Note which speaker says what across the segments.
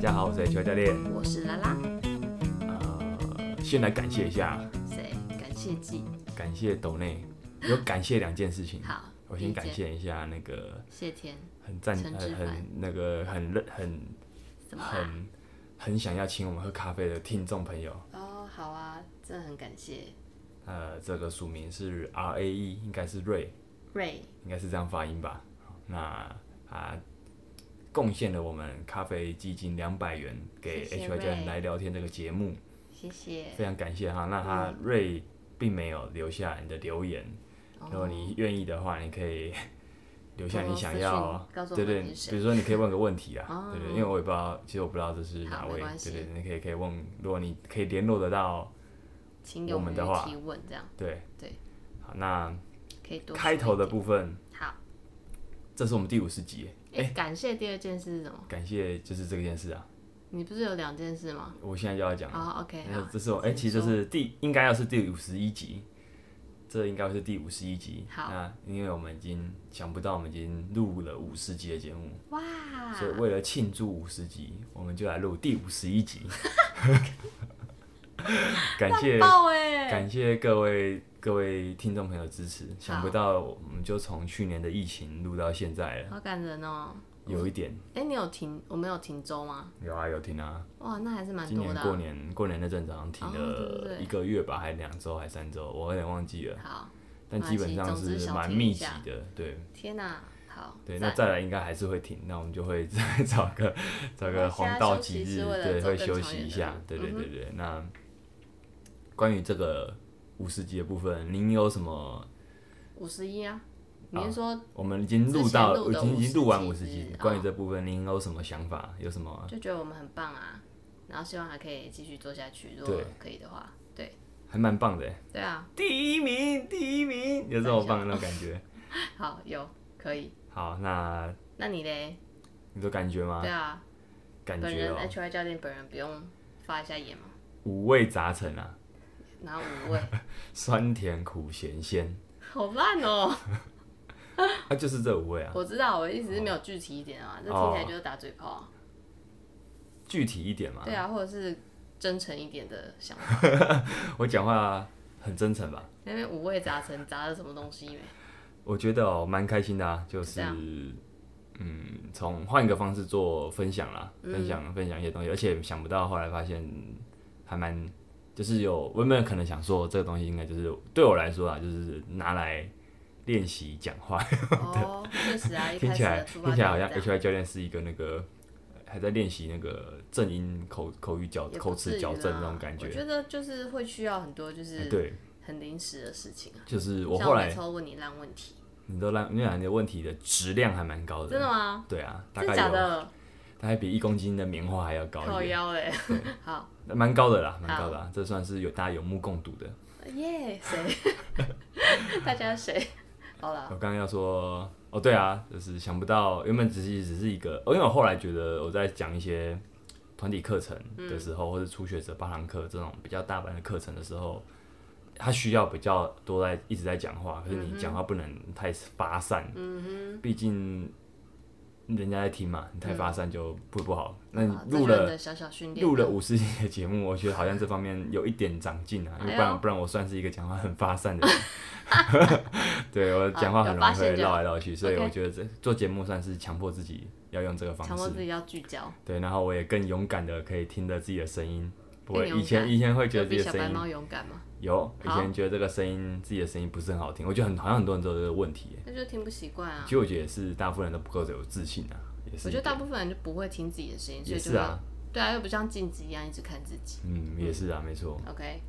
Speaker 1: 家好，我是球教练。
Speaker 2: 我是拉拉，
Speaker 1: 呃，先来感谢一下，
Speaker 2: 谁？感谢季。
Speaker 1: 感谢斗内，有感谢两件事情。
Speaker 2: 好，
Speaker 1: 我先感
Speaker 2: 第一件
Speaker 1: 谢一下那个
Speaker 2: 谢天，
Speaker 1: 很赞、呃
Speaker 2: 陈
Speaker 1: 很
Speaker 2: 志凡
Speaker 1: 很那个很认、很
Speaker 2: 怎么啦？
Speaker 1: 很很想要请我们喝咖啡的听众朋友。
Speaker 2: 哦，好啊，真的很感谢
Speaker 1: 呃，这个署名是 R A E，应该是瑞，
Speaker 2: Ray。
Speaker 1: 应该是这样发音吧。那啊，贡献了我们咖啡基金两百元给
Speaker 2: 谢谢
Speaker 1: HY 教
Speaker 2: 瑞
Speaker 1: 练来聊天这个节目。
Speaker 2: 谢谢。
Speaker 1: 非常感谢哈。那他
Speaker 2: 嗯
Speaker 1: 瑞并没有留下你的留言，如果
Speaker 2: 哦
Speaker 1: 你愿意的话，你可以 留下你想要
Speaker 2: 告诉，我
Speaker 1: 对
Speaker 2: 们
Speaker 1: 对，
Speaker 2: 你是谁
Speaker 1: 比如说你可以问个问题啊
Speaker 2: 哦，
Speaker 1: 对对，因为我也不知道，其实我不知道这是
Speaker 2: 好
Speaker 1: 哪位
Speaker 2: 没关，系
Speaker 1: 对对，你可以可以问，如果你可以联络得到，
Speaker 2: 请给我
Speaker 1: 我们
Speaker 2: 们
Speaker 1: 的话
Speaker 2: 提问，这样
Speaker 1: 对
Speaker 2: 对。
Speaker 1: 好，那
Speaker 2: 可以多说
Speaker 1: 开头的
Speaker 2: 一点
Speaker 1: 部分，
Speaker 2: 好。
Speaker 1: 这是我们第五十集，
Speaker 2: 哎、感谢第二件事是什么？
Speaker 1: 感谢就是这件事啊，
Speaker 2: 你不是有两件事吗？
Speaker 1: 我现在就要讲了，
Speaker 2: 哦，OK，
Speaker 1: 那
Speaker 2: 好，
Speaker 1: 这是我哎，其
Speaker 2: 请
Speaker 1: 实这
Speaker 2: 说
Speaker 1: 是第应该要是第五十一集。这应该是第五十一集。
Speaker 2: 好
Speaker 1: 那因为我们已经想不到，我们已经录了五十集的节目，
Speaker 2: 哇，
Speaker 1: 所以为了庆祝五十集，我们就来录第五十一 集。感谢
Speaker 2: 爆哎、
Speaker 1: 感谢各位各位听众朋友支持，想不到我们就从去年的疫情录到现在了，
Speaker 2: 好感人哦。
Speaker 1: 有一点
Speaker 2: 哎、你有停？我们有停周吗？
Speaker 1: 有啊有听啊。
Speaker 2: 哇，那还是蛮
Speaker 1: 今
Speaker 2: 多
Speaker 1: 年
Speaker 2: 的
Speaker 1: 过
Speaker 2: 啊、
Speaker 1: 年过年那阵子好像停
Speaker 2: 哦对对
Speaker 1: 了
Speaker 2: 对
Speaker 1: 一个月吧，还两周还三周，我有点忘记了，
Speaker 2: 好，
Speaker 1: 但基本上
Speaker 2: 没关系啊总
Speaker 1: 是
Speaker 2: 之小
Speaker 1: 蛮
Speaker 2: 停一
Speaker 1: 密集
Speaker 2: 下
Speaker 1: 的，对。
Speaker 2: 天哪、好，
Speaker 1: 对，
Speaker 2: 赞
Speaker 1: 那再来应该还是会停，那我们就会 再找个找个黄道吉日，
Speaker 2: 啊我们
Speaker 1: 对，
Speaker 2: 现在休息是为了
Speaker 1: 会
Speaker 2: 走更
Speaker 1: 休
Speaker 2: 长
Speaker 1: 息
Speaker 2: 远
Speaker 1: 一
Speaker 2: 的
Speaker 1: 下
Speaker 2: 路。
Speaker 1: 对对
Speaker 2: 嗯哼
Speaker 1: 对对，那关于这个五十集的部分，您有什么？
Speaker 2: 五十一啊，你是说
Speaker 1: 我们已经
Speaker 2: 之
Speaker 1: 录
Speaker 2: 前
Speaker 1: 到，
Speaker 2: 录
Speaker 1: 已
Speaker 2: 的
Speaker 1: 经已经录
Speaker 2: 50
Speaker 1: 完
Speaker 2: 集
Speaker 1: 五十集
Speaker 2: 是，
Speaker 1: 关于
Speaker 2: 哦
Speaker 1: 这部分您有什么想法？有什么
Speaker 2: 就觉得我们很棒啊，然后希望还可以继续做下去，如
Speaker 1: 对
Speaker 2: 果可以的话，对
Speaker 1: 还蛮棒的耶，
Speaker 2: 对啊，
Speaker 1: 第一名，第一名，有这么棒的那种感觉。
Speaker 2: 好有可以，
Speaker 1: 好，那
Speaker 2: 那你嘞？
Speaker 1: 你有感觉吗
Speaker 2: 对？啊，
Speaker 1: 感
Speaker 2: 本
Speaker 1: 觉
Speaker 2: 人
Speaker 1: 哦，
Speaker 2: HY 教练本人不用发一下言吗？
Speaker 1: 五味杂陈啊，
Speaker 2: 然后五位，
Speaker 1: 酸甜苦咸鲜，
Speaker 2: 好烂哦、
Speaker 1: 啊，就是这五味啊。哦
Speaker 2: 我知道，我的意思是没有具体一点啊，这听起来就是打嘴炮啊、
Speaker 1: 具体一点嘛，
Speaker 2: 对啊，或者是真诚一点的想法，
Speaker 1: 我讲话很真诚吧？
Speaker 2: 因为五味杂陈杂了什么东 西没？
Speaker 1: 我觉得哦，蛮开心的啊，就是
Speaker 2: 这样
Speaker 1: 嗯，从换一个方式做分享啦，分
Speaker 2: 嗯
Speaker 1: 享分享一些东西，而且想不到后来发现还蛮，就是有我原本可能想说这个东西应该就是对我来说啊，就是拿来练习讲话，
Speaker 2: 哦，确实啊，一
Speaker 1: 听
Speaker 2: 开
Speaker 1: 起
Speaker 2: 始
Speaker 1: 来
Speaker 2: 的出
Speaker 1: 听
Speaker 2: 发
Speaker 1: 起来好
Speaker 2: 点
Speaker 1: 像
Speaker 2: 是这样
Speaker 1: H Y 教练是一个那个还在练习那个正音口口语矫
Speaker 2: 也
Speaker 1: 口
Speaker 2: 不至
Speaker 1: 齿
Speaker 2: 于
Speaker 1: 矫正
Speaker 2: 啦
Speaker 1: 那种感
Speaker 2: 我
Speaker 1: 觉，
Speaker 2: 觉得就是会需要很多就
Speaker 1: 哎
Speaker 2: 是
Speaker 1: 对，
Speaker 2: 很临时的事情啊。
Speaker 1: 就是我
Speaker 2: 像
Speaker 1: 后来
Speaker 2: 每次都问你烂问题，
Speaker 1: 你都让你俩你的问题的质量还蛮高的，
Speaker 2: 真的吗？
Speaker 1: 对啊，大
Speaker 2: 真
Speaker 1: 概
Speaker 2: 的假
Speaker 1: 有，
Speaker 2: 的？
Speaker 1: 大概比一公斤的棉花还要高
Speaker 2: 靠
Speaker 1: 一点，
Speaker 2: 腰哎， 好
Speaker 1: 蛮高的啦，
Speaker 2: 好
Speaker 1: 蛮高的啦，这算是有大家有目共睹的。
Speaker 2: 耶，谁？ 大家谁？好了，
Speaker 1: 我刚刚要说，哦，对啊，就是想不到原本只是只是一个，哦，因为我后来觉得我在讲一些团体课程的时
Speaker 2: 嗯
Speaker 1: 候，或者初学者八堂课这种比较大班的课程的时候。他需要比较多在一直在讲话，可是你讲话不能太发散，
Speaker 2: 嗯
Speaker 1: 毕竟人家在听嘛，你太发散就会不好。那
Speaker 2: 哼，
Speaker 1: 你
Speaker 2: 好啊这
Speaker 1: 录
Speaker 2: 就是
Speaker 1: 了
Speaker 2: 你的小小训练，
Speaker 1: 录了五十集的节目，我觉得好像这方面有一点长进啊，因为不
Speaker 2: 哎
Speaker 1: 然
Speaker 2: 呦
Speaker 1: 不然我算是一个讲话很发散的人， 对我讲
Speaker 2: 哦
Speaker 1: 话很容易会绕来绕去，所以我觉得这做节目算是强迫自己要用这个
Speaker 2: 强
Speaker 1: 方
Speaker 2: 迫
Speaker 1: 式
Speaker 2: 自，己要聚焦，
Speaker 1: 对，然后我也更勇敢的可以听得自己的声音，不会
Speaker 2: 更勇
Speaker 1: 以前
Speaker 2: 敢
Speaker 1: 以前会觉得
Speaker 2: 就
Speaker 1: 自
Speaker 2: 比
Speaker 1: 己的
Speaker 2: 小白
Speaker 1: 声音
Speaker 2: 猫勇敢嘛，
Speaker 1: 有，以
Speaker 2: 好
Speaker 1: 前觉得这个声音自己的声音不是很好听，我觉得很好像很多人都有这个问题耶，
Speaker 2: 那就听不习惯啊
Speaker 1: 其。实我觉得也是大部分人都不够有自信啊，也是
Speaker 2: 我
Speaker 1: 一
Speaker 2: 觉得
Speaker 1: 点
Speaker 2: 大部分人就不会听自己的声音，所
Speaker 1: 也
Speaker 2: 以就是会
Speaker 1: 啊，
Speaker 2: 对啊，又不像镜子一样一直看自己。
Speaker 1: 嗯，也是啊，没错。
Speaker 2: OK，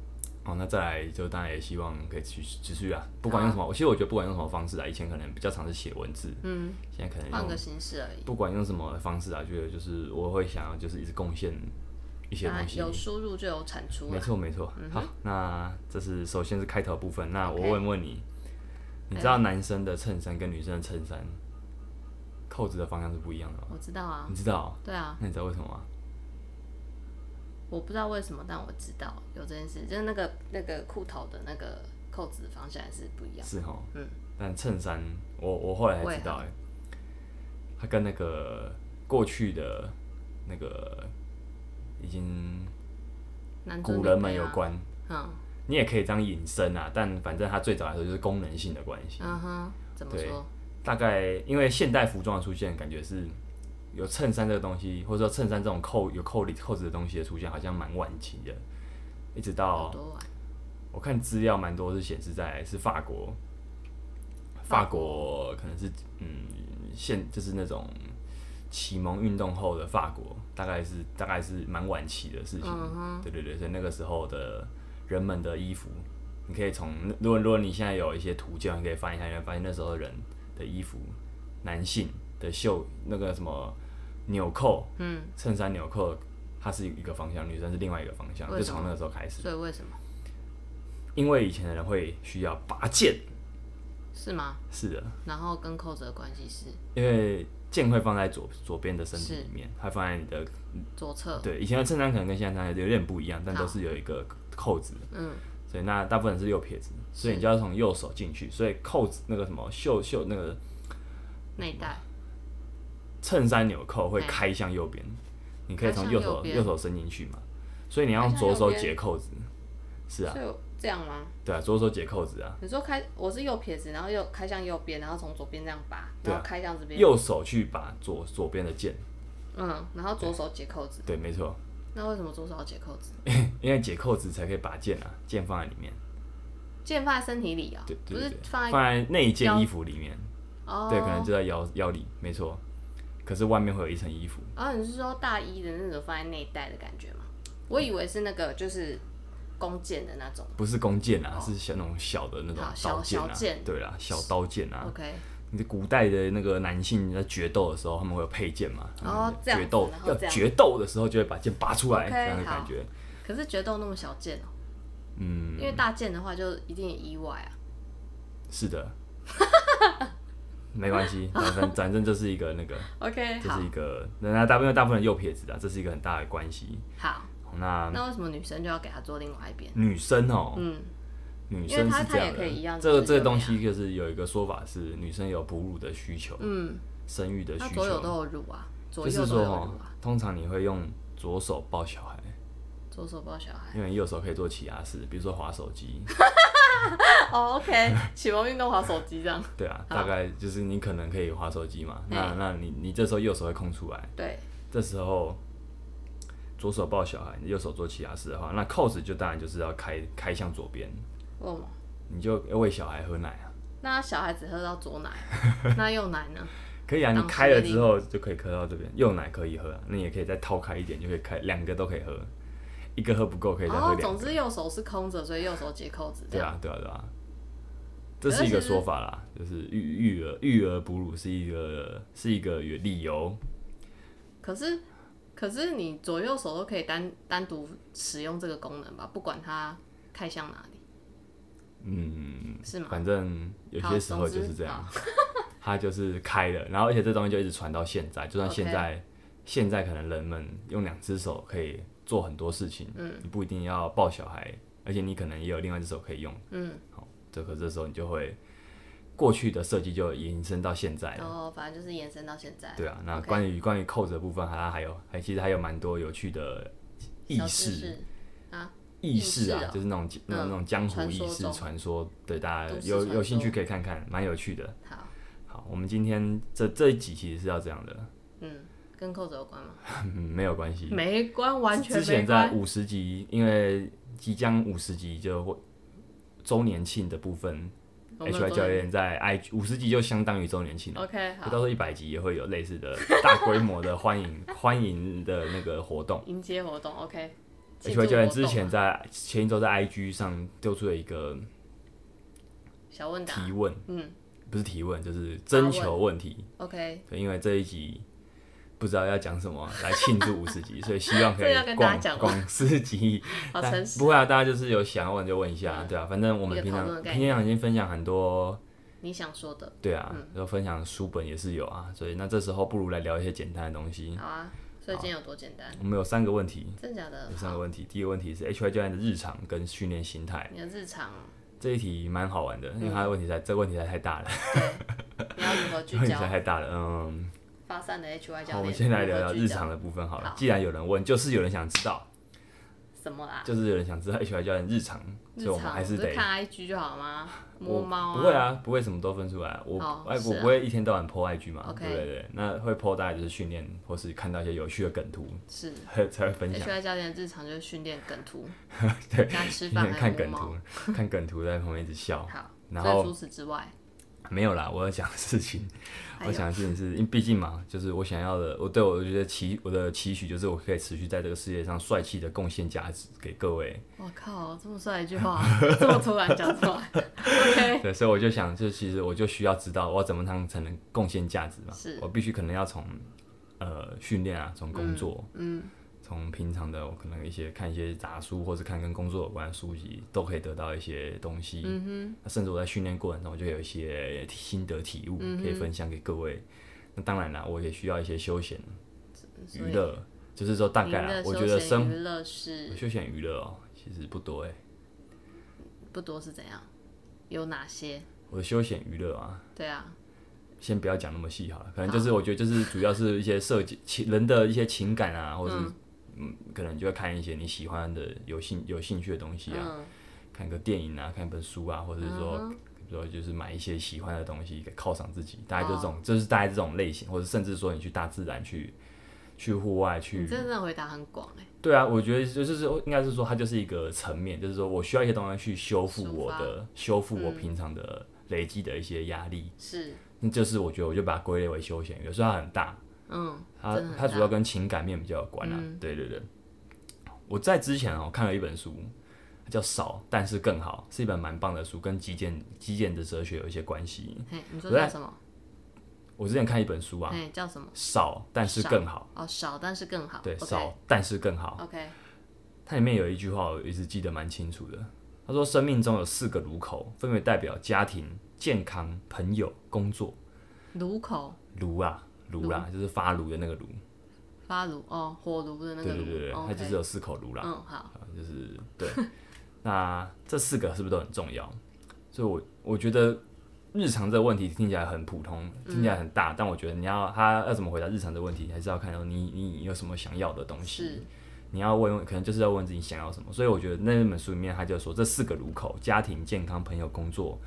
Speaker 1: 哦，那再来就当然也希望可以持续持续啊，不管用什么，我其实我觉得不管用什么方式啊，以前可能比较常是写文字，
Speaker 2: 嗯，
Speaker 1: 现在可能
Speaker 2: 换个
Speaker 1: 用
Speaker 2: 形式而已。
Speaker 1: 不管用什么方式啊，觉得就是我会想要就是一直贡献一些
Speaker 2: 啊
Speaker 1: 东西。
Speaker 2: 有输入就有产出
Speaker 1: 没
Speaker 2: 啊。
Speaker 1: 错没错，好，那这是首先是开头部分，那我
Speaker 2: OK 哎
Speaker 1: 问问你，你知道男生的衬衫跟女生的衬衫扣子的方向是不一样的吗？
Speaker 2: 我知道啊，
Speaker 1: 你知道？
Speaker 2: 对啊，
Speaker 1: 那你知道为什么吗？
Speaker 2: 我不知道为什么，但我知道有这件事，就是那个那个裤头的那个扣子的方向还是不一样。
Speaker 1: 是哈，
Speaker 2: 嗯，
Speaker 1: 但衬衫，我我后来才知道、欸，它跟那个过去的那个已经
Speaker 2: 男尊
Speaker 1: 古
Speaker 2: 女
Speaker 1: 人们
Speaker 2: 卑
Speaker 1: 有
Speaker 2: 啊，
Speaker 1: 关，
Speaker 2: 嗯
Speaker 1: 你也可以这样引申啊。但反正它最早来说就是功能性的关系，
Speaker 2: 嗯哼，怎么
Speaker 1: 对
Speaker 2: 说？
Speaker 1: 大概因为现代服装的出现，感觉是有衬衫这个东西，或者说衬衫这种扣有扣里扣子的东西的出现，好像蛮晚期的，一直
Speaker 2: 好
Speaker 1: 到
Speaker 2: 多啊，
Speaker 1: 我看资料蛮多是显示在是法国，法国可能是嗯现就是那种启蒙运动后的法国，大概是大概是蛮晚期的事情。
Speaker 2: 嗯哼，
Speaker 1: 对对对，所以那个时候的人们的衣服，你可以从如果如果你现在有一些图鉴，你可以翻一下，你会发现那时候的人的衣服，男性的袖那个什么纽扣，
Speaker 2: 嗯，
Speaker 1: 衬衫纽扣，它是一个方向，女生是另外一个方向，
Speaker 2: 为
Speaker 1: 就
Speaker 2: 什
Speaker 1: 从那个时候开始，
Speaker 2: 所以为什么
Speaker 1: 因为以前的人会需要拔剑，
Speaker 2: 是吗？
Speaker 1: 是的，
Speaker 2: 然后跟扣子的关系是
Speaker 1: 因为剑会放在左左边的身体
Speaker 2: 是
Speaker 1: 里面，它放在你的
Speaker 2: 左侧，
Speaker 1: 对以前的衬衫可能跟现在衬衫有点不一样，但
Speaker 2: 好
Speaker 1: 都是有一个扣子。
Speaker 2: 嗯，
Speaker 1: 所以那大部分是右撇子，
Speaker 2: 是
Speaker 1: 所以你就要从右手进去。所以扣子那个什么袖袖那个
Speaker 2: 内带，
Speaker 1: 衬衫纽扣会
Speaker 2: 哎
Speaker 1: 开向右边，你可以从
Speaker 2: 开向
Speaker 1: 右手
Speaker 2: 右边
Speaker 1: 右手伸进去嘛。所以你要用
Speaker 2: 开向
Speaker 1: 左
Speaker 2: 右
Speaker 1: 手
Speaker 2: 边
Speaker 1: 解扣子，是啊，
Speaker 2: 所以我这样吗？
Speaker 1: 对啊，左手解扣子啊，
Speaker 2: 你说开，我是右撇子，然后又开向右边，然后从左边这样拔，
Speaker 1: 对啊
Speaker 2: 然后开向这边，
Speaker 1: 右手去把左左边的剑，
Speaker 2: 嗯，然后左手解扣子。
Speaker 1: 对，没错，
Speaker 2: 那为什么左手要解扣子？
Speaker 1: 因为解扣子才可以把剑啊，剑放在里面，
Speaker 2: 剑放在身体里啊、
Speaker 1: 对
Speaker 2: 不
Speaker 1: 对对
Speaker 2: 是
Speaker 1: 对，
Speaker 2: 放
Speaker 1: 放
Speaker 2: 在
Speaker 1: 在内件衣服里面，
Speaker 2: 哦，
Speaker 1: 对，可能就在腰腰里，没错。可是外面会有一层衣服，
Speaker 2: 然后你是说大衣的那种放在内袋的感觉吗？我以为是那个就是弓箭的那种。
Speaker 1: 不是弓箭啊，是小那种小的那种
Speaker 2: 哦好小
Speaker 1: 刀剑啊
Speaker 2: 小剑，
Speaker 1: 对啦，小刀剑啊，
Speaker 2: OK，
Speaker 1: 你的古代的那个男性在决斗的时候，他们会有配件嘛？
Speaker 2: 哦
Speaker 1: 他们决斗
Speaker 2: 这样子然后
Speaker 1: 要
Speaker 2: 这样
Speaker 1: 决斗的时候就会把剑拔出来
Speaker 2: OK，
Speaker 1: 这样的感觉。
Speaker 2: 可是决斗那么小剑哦、
Speaker 1: 嗯，
Speaker 2: 因为大剑的话就一定有意外啊。
Speaker 1: 是 的，没关系，反正反正这是一个那个，
Speaker 2: OK，
Speaker 1: 这
Speaker 2: 好
Speaker 1: 是一个那大部分大部分人右撇子啊，这是一个很大的关系。
Speaker 2: 好，
Speaker 1: 那
Speaker 2: 那为什么女生就要给他做另外一边？
Speaker 1: 女生哦，
Speaker 2: 嗯，
Speaker 1: 女生是这
Speaker 2: 因为她她也
Speaker 1: 样
Speaker 2: 可
Speaker 1: 的，
Speaker 2: 以一样
Speaker 1: 这个
Speaker 2: 就是
Speaker 1: 这个
Speaker 2: 右
Speaker 1: 东
Speaker 2: 撇啊
Speaker 1: 西就是有一个说法是女生有哺乳的需求，
Speaker 2: 嗯，
Speaker 1: 生育的
Speaker 2: 那
Speaker 1: 需
Speaker 2: 左右
Speaker 1: 求，
Speaker 2: 都有乳啊，左
Speaker 1: 就是
Speaker 2: 右都
Speaker 1: 说
Speaker 2: 有
Speaker 1: 哦
Speaker 2: 乳啊，，
Speaker 1: 通常你会用左手抱小 孩。
Speaker 2: 左手抱小孩。
Speaker 1: 因为右手可以做其他事，比如说划手机，
Speaker 2: 哦、o k 启蒙运动滑手机这样。
Speaker 1: 对啊，
Speaker 2: 好
Speaker 1: 大概就是你可能可以划手机嘛，那
Speaker 2: 嗯
Speaker 1: 那你你这时候右手会空出来，
Speaker 2: 对，
Speaker 1: 这时候左手抱小孩，你右手做其他事的话，那扣子就当然就是要开开向左边，
Speaker 2: 为什么？
Speaker 1: 你就要喂小孩喝奶啊，
Speaker 2: 那小孩子喝到左 奶，那右奶呢？
Speaker 1: 可以啊，你
Speaker 2: 当
Speaker 1: 开了
Speaker 2: 视力
Speaker 1: 之后就可以喝到这边，右奶可以喝、啊，那你也可以再掏开一点就可以开，两个都可以喝，啊一个喝不够可以再喝
Speaker 2: 哦，
Speaker 1: 两
Speaker 2: 总
Speaker 1: 个，
Speaker 2: 之右手是空着，所以右手解扣子这
Speaker 1: 对
Speaker 2: 样。
Speaker 1: 啊对啊对啊，这是一个
Speaker 2: 可是其实
Speaker 1: 说法啦，就是育育儿育儿哺乳是一个是一个理由。
Speaker 2: 可是，可是你左右手都可以单单独使用这个功能吧？不管它开向哪里，
Speaker 1: 嗯，
Speaker 2: 是吗？
Speaker 1: 反正有些时候就是这样， 它就是开了，然后而且这东西就一直传到现在，就算
Speaker 2: OK
Speaker 1: 现在现在可能人们用两只手可以做很多事情，嗯，你不一定要抱小孩，而且你可能也有另外一只手可以用，
Speaker 2: 嗯，
Speaker 1: 好，这可这时候你就会过去的设计就延伸到现在
Speaker 2: 然
Speaker 1: 了。
Speaker 2: 后哦反正就是延伸到现在。
Speaker 1: 对啊，那
Speaker 2: OK
Speaker 1: 关于关于扣子的部分，它还有还其实还有蛮多有趣的意
Speaker 2: 小
Speaker 1: 识，
Speaker 2: 知识啊，
Speaker 1: 意识
Speaker 2: 意识
Speaker 1: 啊
Speaker 2: 哦，
Speaker 1: 就是那种那种那
Speaker 2: 嗯
Speaker 1: 种江湖
Speaker 2: 传
Speaker 1: 意
Speaker 2: 说
Speaker 1: 识
Speaker 2: 中
Speaker 1: 传说，对大家
Speaker 2: 都市
Speaker 1: 有
Speaker 2: 传
Speaker 1: 有兴趣
Speaker 2: 说
Speaker 1: 可以看看，蛮有趣的。
Speaker 2: 好，
Speaker 1: 好，我们今天这这一集其实是要这样的，
Speaker 2: 嗯，跟扣子有关吗？
Speaker 1: 嗯没有关系。
Speaker 2: 没关，完全
Speaker 1: 之前
Speaker 2: 没
Speaker 1: 在
Speaker 2: 关。
Speaker 1: 五十集，因为即将五十集就会周年庆的部分
Speaker 2: 我们有
Speaker 1: ，HY
Speaker 2: 做
Speaker 1: 教练在 I 五十集就相当于周年庆了。
Speaker 2: OK
Speaker 1: 到
Speaker 2: 好
Speaker 1: 时，候一百集也会有类似的大规模的欢 迎欢迎的那个活动。
Speaker 2: 迎接活动 OK。
Speaker 1: H
Speaker 2: 庆
Speaker 1: Y
Speaker 2: 祝
Speaker 1: 教练
Speaker 2: 活动
Speaker 1: 之前
Speaker 2: 啊
Speaker 1: 在前一周在 I G 上丢出了一个
Speaker 2: 小问答
Speaker 1: 提问，
Speaker 2: 嗯
Speaker 1: 不是提问，就是征求问题。
Speaker 2: ，OK，
Speaker 1: 对，因为这一集不知道要讲什么来庆祝五十集，所以希望可
Speaker 2: 这要
Speaker 1: 以
Speaker 2: 跟大家
Speaker 1: 广
Speaker 2: 讲吗
Speaker 1: 广四集。
Speaker 2: 好
Speaker 1: 但
Speaker 2: 诚实。
Speaker 1: 不会啊，大家就是有想要问就问一下，对啊，反正我们
Speaker 2: 一个
Speaker 1: 平
Speaker 2: 讨
Speaker 1: 常
Speaker 2: 论的概念嗯
Speaker 1: 平常已经分享很多，
Speaker 2: 你想说的，
Speaker 1: 对啊，然后分享书本也是有啊，所以那这时候不如来聊一些简单的东西。
Speaker 2: 好啊。所以今天有多简单？
Speaker 1: 我们有三个问题，
Speaker 2: 真假的
Speaker 1: 有？三个问题。第一个问题是 H Y 教练的日常跟训练心态，
Speaker 2: 你的日常，
Speaker 1: 这一题蛮好玩的，因为它的问题才这个问题才太大了，
Speaker 2: 嗯 你要如何聚
Speaker 1: 问题
Speaker 2: 焦
Speaker 1: 才？太大了，嗯，
Speaker 2: 发散的 HY 教
Speaker 1: 好，我们
Speaker 2: 练
Speaker 1: 先来聊聊
Speaker 2: 如何聚
Speaker 1: 日
Speaker 2: 焦
Speaker 1: 常的部分好了。
Speaker 2: 好
Speaker 1: 既然有人问，就是有人想知道，
Speaker 2: 什么啦？
Speaker 1: 就是有人想知道 H Y 教练日常，所
Speaker 2: 日
Speaker 1: 以我
Speaker 2: 常
Speaker 1: 们还是
Speaker 2: 不
Speaker 1: 得
Speaker 2: 看 IG 就好吗？摸
Speaker 1: 我
Speaker 2: 猫
Speaker 1: 不会，啊，不会什么都分出来啊。我
Speaker 2: 哦
Speaker 1: 哎，
Speaker 2: 是
Speaker 1: 我
Speaker 2: 啊
Speaker 1: 不会一天到晚 po IG 嘛，
Speaker 2: OK
Speaker 1: 对对对。那会 po 大概就是训练，或是看到一些有趣的梗图
Speaker 2: 是
Speaker 1: 呵才会分享。
Speaker 2: HY 教练日常就是训练梗图，
Speaker 1: 对，
Speaker 2: 加吃
Speaker 1: 一
Speaker 2: 饭
Speaker 1: 边
Speaker 2: 还
Speaker 1: 看
Speaker 2: 有
Speaker 1: 梗
Speaker 2: 摸猫。
Speaker 1: 图，看梗图在旁边一直笑。
Speaker 2: 好，
Speaker 1: 然
Speaker 2: 所以
Speaker 1: 后
Speaker 2: 除此之外，
Speaker 1: 没有啦，我要讲的事情，
Speaker 2: 还
Speaker 1: 我
Speaker 2: 有
Speaker 1: 想的事情是因为毕竟嘛，就是我想要的，我对我觉得期我的期许就是我可以持续在这个世界上帅气的贡献价值给各位。
Speaker 2: 我靠，这么帅的一句话， 这么突然讲出来 ，OK，
Speaker 1: 对，所以我就想，就其实我就需要知道我要怎么样才能贡献价值嘛
Speaker 2: 是。
Speaker 1: 我必须可能要从呃训练啊，从工作，
Speaker 2: 嗯，
Speaker 1: 从平常的我可能一些看一些杂书，或是看跟工作有关的书籍，都可以得到一些东西。嗯哼，甚至我在训练过程中，我就有一些心得体悟
Speaker 2: 嗯
Speaker 1: 可以分享给各位。那当然啦，我也需要一些休闲
Speaker 2: 所
Speaker 1: 娱
Speaker 2: 以
Speaker 1: 乐，就是说大
Speaker 2: 您
Speaker 1: 概啦
Speaker 2: 的，
Speaker 1: 我
Speaker 2: 休
Speaker 1: 觉得
Speaker 2: 闲
Speaker 1: 生
Speaker 2: 娱乐是
Speaker 1: 休闲娱乐哦，其实不多哎、
Speaker 2: 不多是怎样？有哪些？
Speaker 1: 我的休闲娱乐啊，
Speaker 2: 对啊，
Speaker 1: 先不要讲那么细好了，可能就是我觉得就是主要是一些设计情人的一些情感啊，或者是嗯，可能就会看一些你喜欢的有兴有兴趣的东西啊，
Speaker 2: 嗯，
Speaker 1: 看个电影啊，看一本书啊，或者是说。比如说，就是买一些喜欢的东西给犒赏自己，大概就这
Speaker 2: 哦
Speaker 1: 种，就是大概这种类型，或者甚至说你去大自然去，去户外去
Speaker 2: 你，真的回答很广哎、
Speaker 1: 对啊，我觉得就是应该是说它就是一个层面，就是说我需要一些东西去修复
Speaker 2: 抒
Speaker 1: 我
Speaker 2: 发嗯
Speaker 1: 的，修复我平常的累积的一些压力，
Speaker 2: 是，
Speaker 1: 那就是我觉得我就把它归类为休闲娱乐，虽然它很大，
Speaker 2: 嗯，
Speaker 1: 它
Speaker 2: 真的很
Speaker 1: 它主
Speaker 2: 大嗯
Speaker 1: 要跟情感面比较有关啊。对对对，我在之前哦、看了一本书，它叫《少但是更好》，是一本蛮棒的书，跟极简极简的哲学有一些关系。
Speaker 2: 嘿，你说
Speaker 1: 我在
Speaker 2: 叫什么？
Speaker 1: 我之前看一本书啊，
Speaker 2: 嘿，叫什么？
Speaker 1: 《少但是更好
Speaker 2: 哦，少但是更好。》，
Speaker 1: 对，《
Speaker 2: ，OK
Speaker 1: 少但是更好》，
Speaker 2: OK，
Speaker 1: 它里面有一句话我一直记得蛮清楚的，他说生命中有四个炉口，分别代表家庭、健康、朋友、工作。
Speaker 2: 炉口
Speaker 1: 炉啊，炉啦、就是发炉的那个炉。
Speaker 2: 发炉哦，火炉的那
Speaker 1: 对
Speaker 2: 个
Speaker 1: 对
Speaker 2: 炉，
Speaker 1: 对对，它
Speaker 2: OK
Speaker 1: 就是有四口炉啦。
Speaker 2: 嗯，好，
Speaker 1: 啊， 就是对。那这四个是不是都很重要？所以我，我觉得日常这个问题听起来很普通，听起
Speaker 2: 嗯
Speaker 1: 来很大，但我觉得你要他要怎么回答日常这个问题，还是要看到你你你有什么想要的东
Speaker 2: 是
Speaker 1: 西。你要问，可能就是要问自己想要什么。所以我觉得那本书里面他就说这四个炉口：家庭、健康、朋友、工作。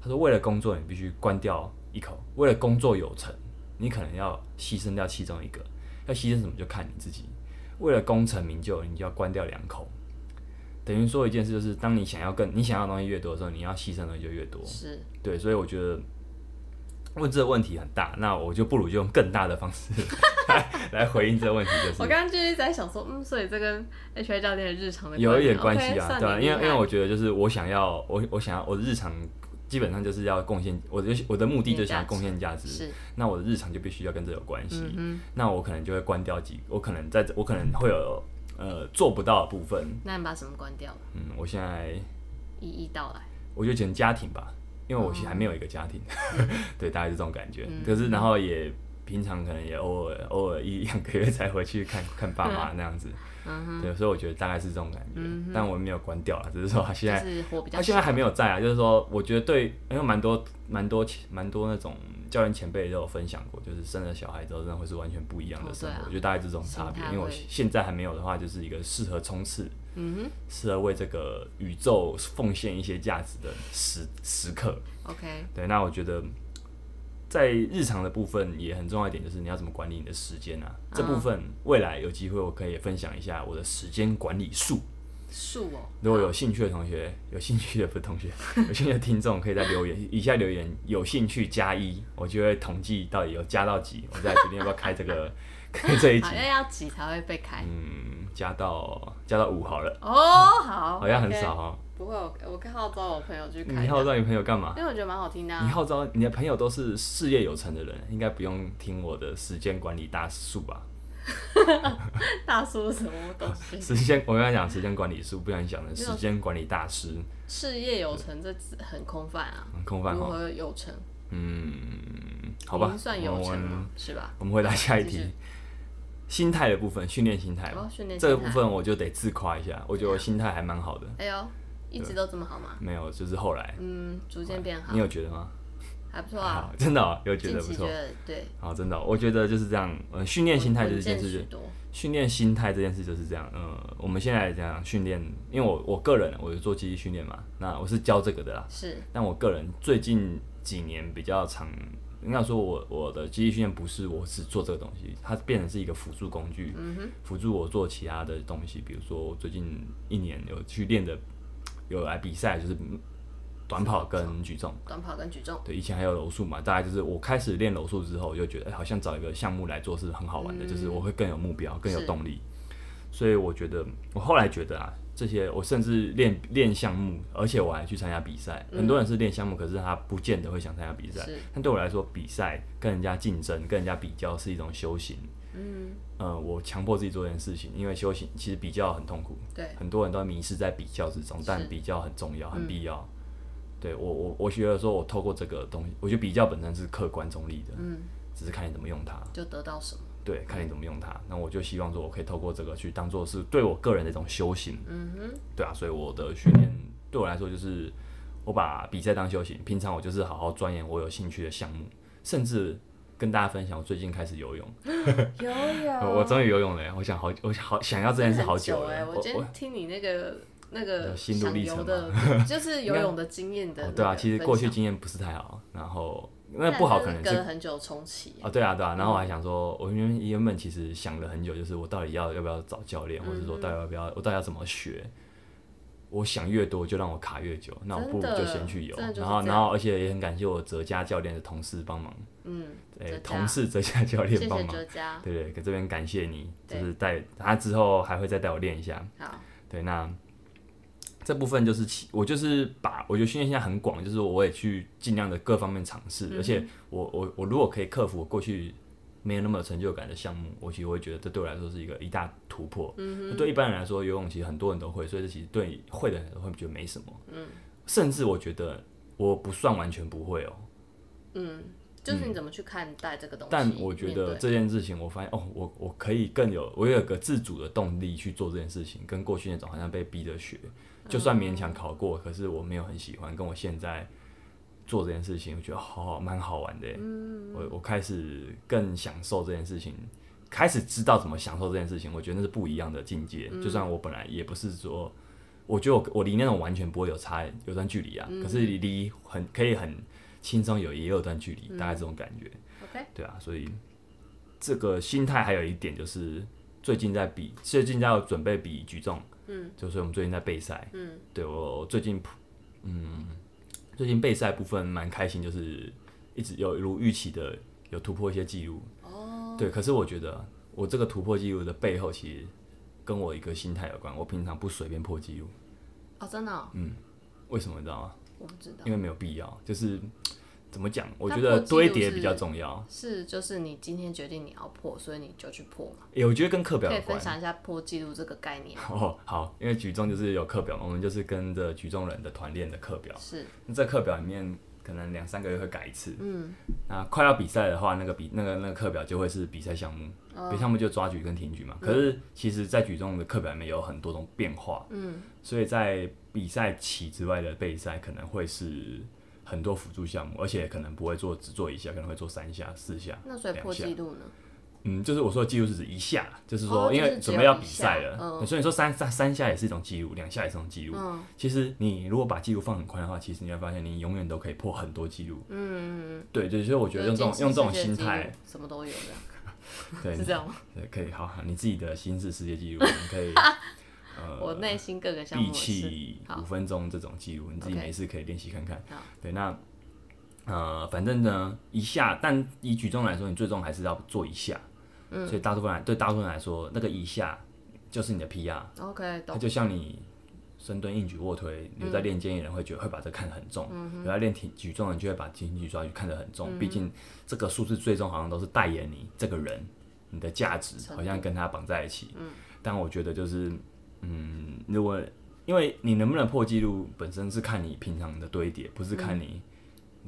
Speaker 1: 他说，为了工作你必须关掉一口，为了工作有成，你可能要牺牲掉其中一个。要牺牲什么就看你自己。为了功成名就，你就要关掉两口。等于说一件事，就是当你想要更你想要的东西越多的时候，你要牺牲的东西就越多。
Speaker 2: 是
Speaker 1: 对，所以我觉得问这个问题很大，那我就不如就用更大的方式 来来回应这个问题，就
Speaker 2: 我
Speaker 1: 是
Speaker 2: 刚刚就是在想说，嗯，所以这跟 H I 教练的日常的
Speaker 1: 有一点关
Speaker 2: 关
Speaker 1: 系
Speaker 2: 联
Speaker 1: 啊，
Speaker 2: ，OK，
Speaker 1: 对啊
Speaker 2: 算你
Speaker 1: 因为因
Speaker 2: 厉
Speaker 1: 为
Speaker 2: 害
Speaker 1: 我觉得就是我想要我我想要我的日常基本上就是要贡献，我的我的目的就是想要贡献价值，
Speaker 2: 是，
Speaker 1: 那我的日常就必须要跟这有关系。
Speaker 2: 嗯
Speaker 1: 那我可能就会关掉几，我可能在这我可能会有呃做不到的部分。
Speaker 2: 哼，那你把什么关掉了？
Speaker 1: 嗯，我现在
Speaker 2: 一一道来。
Speaker 1: 我就讲家庭吧，因为我其实还没有一个家庭，
Speaker 2: 哦
Speaker 1: 对，大概是这种感觉。
Speaker 2: 嗯
Speaker 1: 可是然后也平常可能也偶尔偶尔一 两个月才回去看看爸 妈那样子，
Speaker 2: 嗯
Speaker 1: 对，所以我觉得大概是这种感觉。但我没有关掉了，只是说现
Speaker 2: 就
Speaker 1: 在
Speaker 2: 是火比较
Speaker 1: 他现在还没有在啊，就是说我觉得对，因为蛮多蛮多蛮多那种教练前辈都有分享过，就是生了小孩之后真的会是完全不一样的
Speaker 2: 哦
Speaker 1: 生活，
Speaker 2: 对啊
Speaker 1: 我觉得大概是这种差
Speaker 2: 心
Speaker 1: 别
Speaker 2: 态。
Speaker 1: 因为我
Speaker 2: 会
Speaker 1: 现在还没有的话，就是一个适合冲刺。
Speaker 2: 嗯
Speaker 1: 适合为这个宇宙奉献一些价值的时时刻。
Speaker 2: 哼，OK，
Speaker 1: 对，那我觉得在日常的部分也很重要一点，就是你要怎么管理你的时间啊。这
Speaker 2: 嗯
Speaker 1: 部分未来有机会我可以分享一下我的时间管理术。
Speaker 2: 树哦，
Speaker 1: 如果有兴趣的同学， 有兴趣的不是同 学，有兴趣的听众可以在留言以下留言，有兴趣加一，我就会统计到底有加到几，我再决定要不要开这个 开这一集
Speaker 2: 好。像要挤才会被开。
Speaker 1: 嗯，加到加到五好了，
Speaker 2: 哦，好，
Speaker 1: 好像很
Speaker 2: OK
Speaker 1: 少。哦。
Speaker 2: 不会，我我刚号召我朋友去开
Speaker 1: 你
Speaker 2: 的，
Speaker 1: 号召你朋友干嘛？
Speaker 2: 因为我觉得蛮好听的、
Speaker 1: 你
Speaker 2: 啊。
Speaker 1: 号召你的朋友都是事业有成的人，应该不用听我的时间管理大术吧？
Speaker 2: 大叔什么东西？
Speaker 1: 时间，我刚才讲时间管理术，不想讲成时间管理大师，
Speaker 2: 事业有成，这字很空泛啊。
Speaker 1: 很空泛
Speaker 2: 如
Speaker 1: 哈。
Speaker 2: 何有成？
Speaker 1: 嗯，好吧
Speaker 2: 您，算有
Speaker 1: 我
Speaker 2: 成
Speaker 1: 们
Speaker 2: 吗？是吧？
Speaker 1: 我们回答下一
Speaker 2: 继
Speaker 1: 题
Speaker 2: 续，
Speaker 1: 心态的部分，训练心态吧
Speaker 2: 哦，训练
Speaker 1: 这个
Speaker 2: 心
Speaker 1: 部
Speaker 2: 态
Speaker 1: 分我就得自夸一下，我觉得我心态还蛮好的，
Speaker 2: 哎呦，一直都这么好吗？
Speaker 1: 没有，就是后来，
Speaker 2: 嗯，逐渐变好
Speaker 1: 你。有觉得吗？
Speaker 2: 还不错
Speaker 1: 还
Speaker 2: 啊。
Speaker 1: 好，真的哦、有觉
Speaker 2: 近
Speaker 1: 得不
Speaker 2: 期
Speaker 1: 错
Speaker 2: 觉。得对，
Speaker 1: 好，真的哦、我觉得就是这样。呃，训练心态就是一件
Speaker 2: 稳
Speaker 1: 事
Speaker 2: 健
Speaker 1: 情
Speaker 2: 许，多。
Speaker 1: 训练心态这件事就是这样。呃，我们现在讲训练，因为我我个人我是做记忆训练嘛，那我是教这个的啦。
Speaker 2: 是
Speaker 1: 但我个人最近几年比较常，应该说我我的记忆训练不是我只做这个东西，它变成是一个辅助工具，辅助我做其他的东西。比如说我最近一年有去练的，有来比赛就是短跑跟举重。
Speaker 2: 短跑跟举重，
Speaker 1: 对，以前还有柔术嘛，大概就是我开始练柔术之后，就觉得、哎好像找一个项目来做是很好玩的，就是我会更有目标，更有
Speaker 2: 嗯是
Speaker 1: 动力。所以我觉得，我后来觉得啊，这些我甚至练练项目，而且我还去参加比赛。很多人是练项目，可是他不见得会想参加比赛
Speaker 2: 嗯是。
Speaker 1: 但对我来说，比赛跟人家竞争、跟人家比较是一种修行。
Speaker 2: 嗯，
Speaker 1: 呃，我强迫自己做这件事情，因为修行其实比较很痛苦。
Speaker 2: 对，
Speaker 1: 很多人都迷失在比较之中，但
Speaker 2: 是嗯
Speaker 1: 比较很重要，很必要。对我，我我觉得说，我透过这个东西，我觉得比较本身是客观中立的，
Speaker 2: 嗯，
Speaker 1: 只是看你怎么用它。
Speaker 2: 就得到什么？
Speaker 1: 对，看你怎么用它。那我就希望说，我可以透过这个去当做是对我个人的一种修行。
Speaker 2: 嗯哼，
Speaker 1: 对啊，所以我的训练对我来说就是，我把比赛当修行，平常我就是好好钻研我有兴趣的项目，甚至跟大家分享，我最近开始游泳，
Speaker 2: 有 有，
Speaker 1: 我终于游泳了耶，我想好，我好想要这件事好久
Speaker 2: 哎、
Speaker 1: 了。
Speaker 2: 我今天听你那个那个
Speaker 1: 有心路
Speaker 2: 想
Speaker 1: 历程
Speaker 2: 游
Speaker 1: 吗
Speaker 2: 的，就是游泳的经验的、
Speaker 1: 哦，对啊，其实过去
Speaker 2: 经
Speaker 1: 经验不是太好，然后那不好可能
Speaker 2: 隔
Speaker 1: 是
Speaker 2: 了很久 重启，
Speaker 1: 哦，对啊，对啊，然后我
Speaker 2: 嗯
Speaker 1: 还想说，我原原本其实想了很久，就是我到底要要不要找教练，或者说到
Speaker 2: 嗯
Speaker 1: 底要不要我到底要怎么学。我想越多，就让我卡越久。那我不如
Speaker 2: 真的
Speaker 1: 就先去游
Speaker 2: 真的，就是
Speaker 1: 然后
Speaker 2: 这
Speaker 1: 然
Speaker 2: 样
Speaker 1: 后而且也很感谢我哲家教练的同事帮忙，
Speaker 2: 嗯，
Speaker 1: 诶、
Speaker 2: 哲家
Speaker 1: 同事哲家教
Speaker 2: 谢
Speaker 1: 练帮
Speaker 2: 谢
Speaker 1: 忙，
Speaker 2: 哲家，
Speaker 1: 对对，给这边感谢你，就
Speaker 2: 对
Speaker 1: 是带他之后还会再带我练一下，
Speaker 2: 好，
Speaker 1: 对，那这部分就是其我就是把我觉得训练现在很广，就是我也去尽量的各方面尝试，而且我我我如果可以克服我过去没有那么有成就感的项目，我其实我会觉得这对我来说是一个一大突破。嗯、对一般人来说，游泳其实很多人都会，所以这其实对会的人会觉得没什么。嗯，甚至我觉得我不算完全不会哦，
Speaker 2: 嗯，就是你怎么去看待这个东西？
Speaker 1: 但我觉得
Speaker 2: 面对
Speaker 1: 这件事情，我发现哦，我我可以更有，我有个自主的动力去做这件事情，跟过去那种好像被逼着学，就算勉
Speaker 2: 嗯
Speaker 1: 强考过，可是我没有很喜欢，跟我现在做这件事情，我觉得好好蛮好玩的耶。
Speaker 2: 嗯
Speaker 1: 我我开始更享受这件事情，开始知道怎么享受这件事情，我觉得那是不一样的境界。就
Speaker 2: 嗯
Speaker 1: 算我本来也不是说。我觉得我我离那种完全不会有差有段距离啊，可是
Speaker 2: 嗯
Speaker 1: 离很可以很轻松有也有段距离，大概这种感觉。
Speaker 2: OK，
Speaker 1: 对啊，所以这个心态还有一点就是，最近在比，最近在准备比举重，嗯，就是我们最近在备赛，嗯，对我我最近，嗯，最近备赛部分蛮开心，就是一直有如预期的有突破一些记录，哦，对，可是我觉得我这个突破记录的背后，其实跟我一个心态有关，我平常不随便破记录，
Speaker 2: 哦，真的哦、
Speaker 1: 嗯为什么你知道吗？
Speaker 2: 我不知道，
Speaker 1: 因为没有必要，就是怎么讲，我
Speaker 2: 它
Speaker 1: 觉得
Speaker 2: 破纪录
Speaker 1: 堆叠
Speaker 2: 是
Speaker 1: 比较重要，
Speaker 2: 是就是你今天决定你要破，所以你就去破嘛。
Speaker 1: 也、我觉得跟课表
Speaker 2: 可
Speaker 1: 有
Speaker 2: 以
Speaker 1: 关
Speaker 2: 分。享一下破纪录这个概念，
Speaker 1: 哦，好，因为举重就是有课表嘛，我们就是跟着举重人的团练的课表。
Speaker 2: 是
Speaker 1: 那这课表里面可能两三个月会改一次。嗯，那快要比赛的话，那个比那个那个课表就会是比赛项目，
Speaker 2: 哦
Speaker 1: 比赛项目就抓举跟挺举嘛。可是其实，在举重的课表里面有很多种变化。嗯，所以在比赛期之外的备赛可能会是很多辅助项目，而且可能不会做只做一下，可能会做三下、四下。
Speaker 2: 那所以
Speaker 1: 两
Speaker 2: 破
Speaker 1: 下
Speaker 2: 纪录呢？
Speaker 1: 嗯，就是我说的记录是指一下，就是说
Speaker 2: 哦
Speaker 1: 因
Speaker 2: 就是
Speaker 1: 为
Speaker 2: 只
Speaker 1: 准
Speaker 2: 有
Speaker 1: 备要
Speaker 2: 一
Speaker 1: 比
Speaker 2: 下
Speaker 1: 赛了，
Speaker 2: 嗯
Speaker 1: 对所以你说三三三下也是一种记录，两下也是一种记录。
Speaker 2: 嗯
Speaker 1: 其实你如果把记录放很宽的话，其实你会发现你永远都可以破很多记录。
Speaker 2: 嗯，
Speaker 1: 对对，所以我觉得用这种
Speaker 2: 就是
Speaker 1: 用这种
Speaker 2: 世界纪
Speaker 1: 心
Speaker 2: 录
Speaker 1: 态，
Speaker 2: 什么都有的，
Speaker 1: 对
Speaker 2: 是这样吗？
Speaker 1: 对，可以好好你自己的新式世界 纪录，你可以
Speaker 2: 我内心各个项目
Speaker 1: 呃闭
Speaker 2: 我是
Speaker 1: 气
Speaker 2: 好
Speaker 1: 五分钟这种记录，你自己
Speaker 2: OK
Speaker 1: 没事可以练习看看
Speaker 2: 好。
Speaker 1: 对，那呃，反正呢，一下，但以举重来说，你最终还是要做一下。嗯、所以大部分来对大部分人来说，那个一下就是你的 PR，
Speaker 2: OK，
Speaker 1: 它
Speaker 2: 懂，
Speaker 1: 就像你深蹲、硬举、卧推，有在练肩的人会觉得会把这看得很重，有在练挺举重的人就会把挺举抓举看得很重。毕竟这个数字最终好像都是代言你这个人，你的价值
Speaker 2: 程度
Speaker 1: 好像跟他绑在一起。但我觉得就是，嗯，如果因为你能不能破纪录，本身是看你平常的堆叠，不是看你。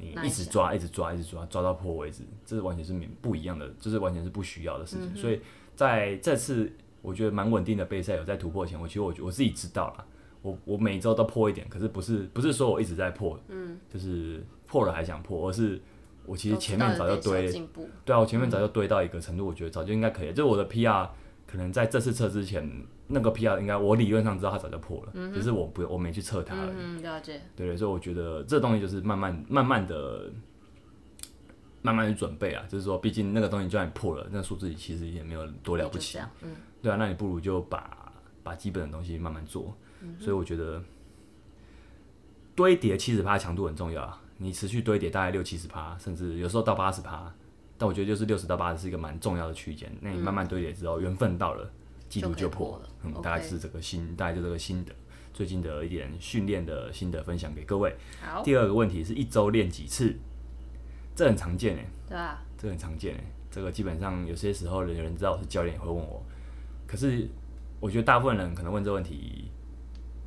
Speaker 1: 你
Speaker 2: 那
Speaker 1: 嗯一
Speaker 2: 一
Speaker 1: 直
Speaker 2: 下
Speaker 1: 抓，一直抓，一直抓，抓到破为止，这是完全是免不一样的，这是完全是不需要的事情。所以在这次我觉得蛮稳定的备赛有在突破前，我其实我我自己知道啦，我我每周都破一点，可是不是不是说我一直在破，嗯，就是破了还想破，而是我其实前面早就堆
Speaker 2: 进步，
Speaker 1: 对啊，我前面早就堆到一个程度，我觉得早就应该可以了。就是我的 PR 可能在这次测之前，那个 PR 应该我理论上知道它早就破了，只是我不我没去测它而已。
Speaker 2: 嗯嗯，嗯了解，
Speaker 1: 对对，所以我觉得这东西就是慢慢慢慢的。慢慢去准备啊，就是说，毕竟那个东西就算你破了，那数字其实也没有多了不
Speaker 2: 就
Speaker 1: 起
Speaker 2: 这。样，嗯，
Speaker 1: 对啊，那你不如就把把基本的东西慢慢做。
Speaker 2: 嗯
Speaker 1: 所以我觉得堆叠七十趴强度很重要啊，你持续堆叠大概六七十趴，甚至有时候到八十趴，但我觉得就是六十到八十是一个蛮重要的区间。那你慢慢堆叠之后，缘分到了，记录
Speaker 2: 就可以
Speaker 1: 破
Speaker 2: 破了
Speaker 1: 嗯，
Speaker 2: OK
Speaker 1: 大概是这个心，大概就这个心得。最近的一点训练的心得分享给各位。
Speaker 2: 好，
Speaker 1: 第二个问题是一周练几次，这很常见诶、欸
Speaker 2: 对吧？
Speaker 1: 这很常见欸这个基本上有些时候有人知道我是教练也会问我，可是我觉得大部分人可能问这问题，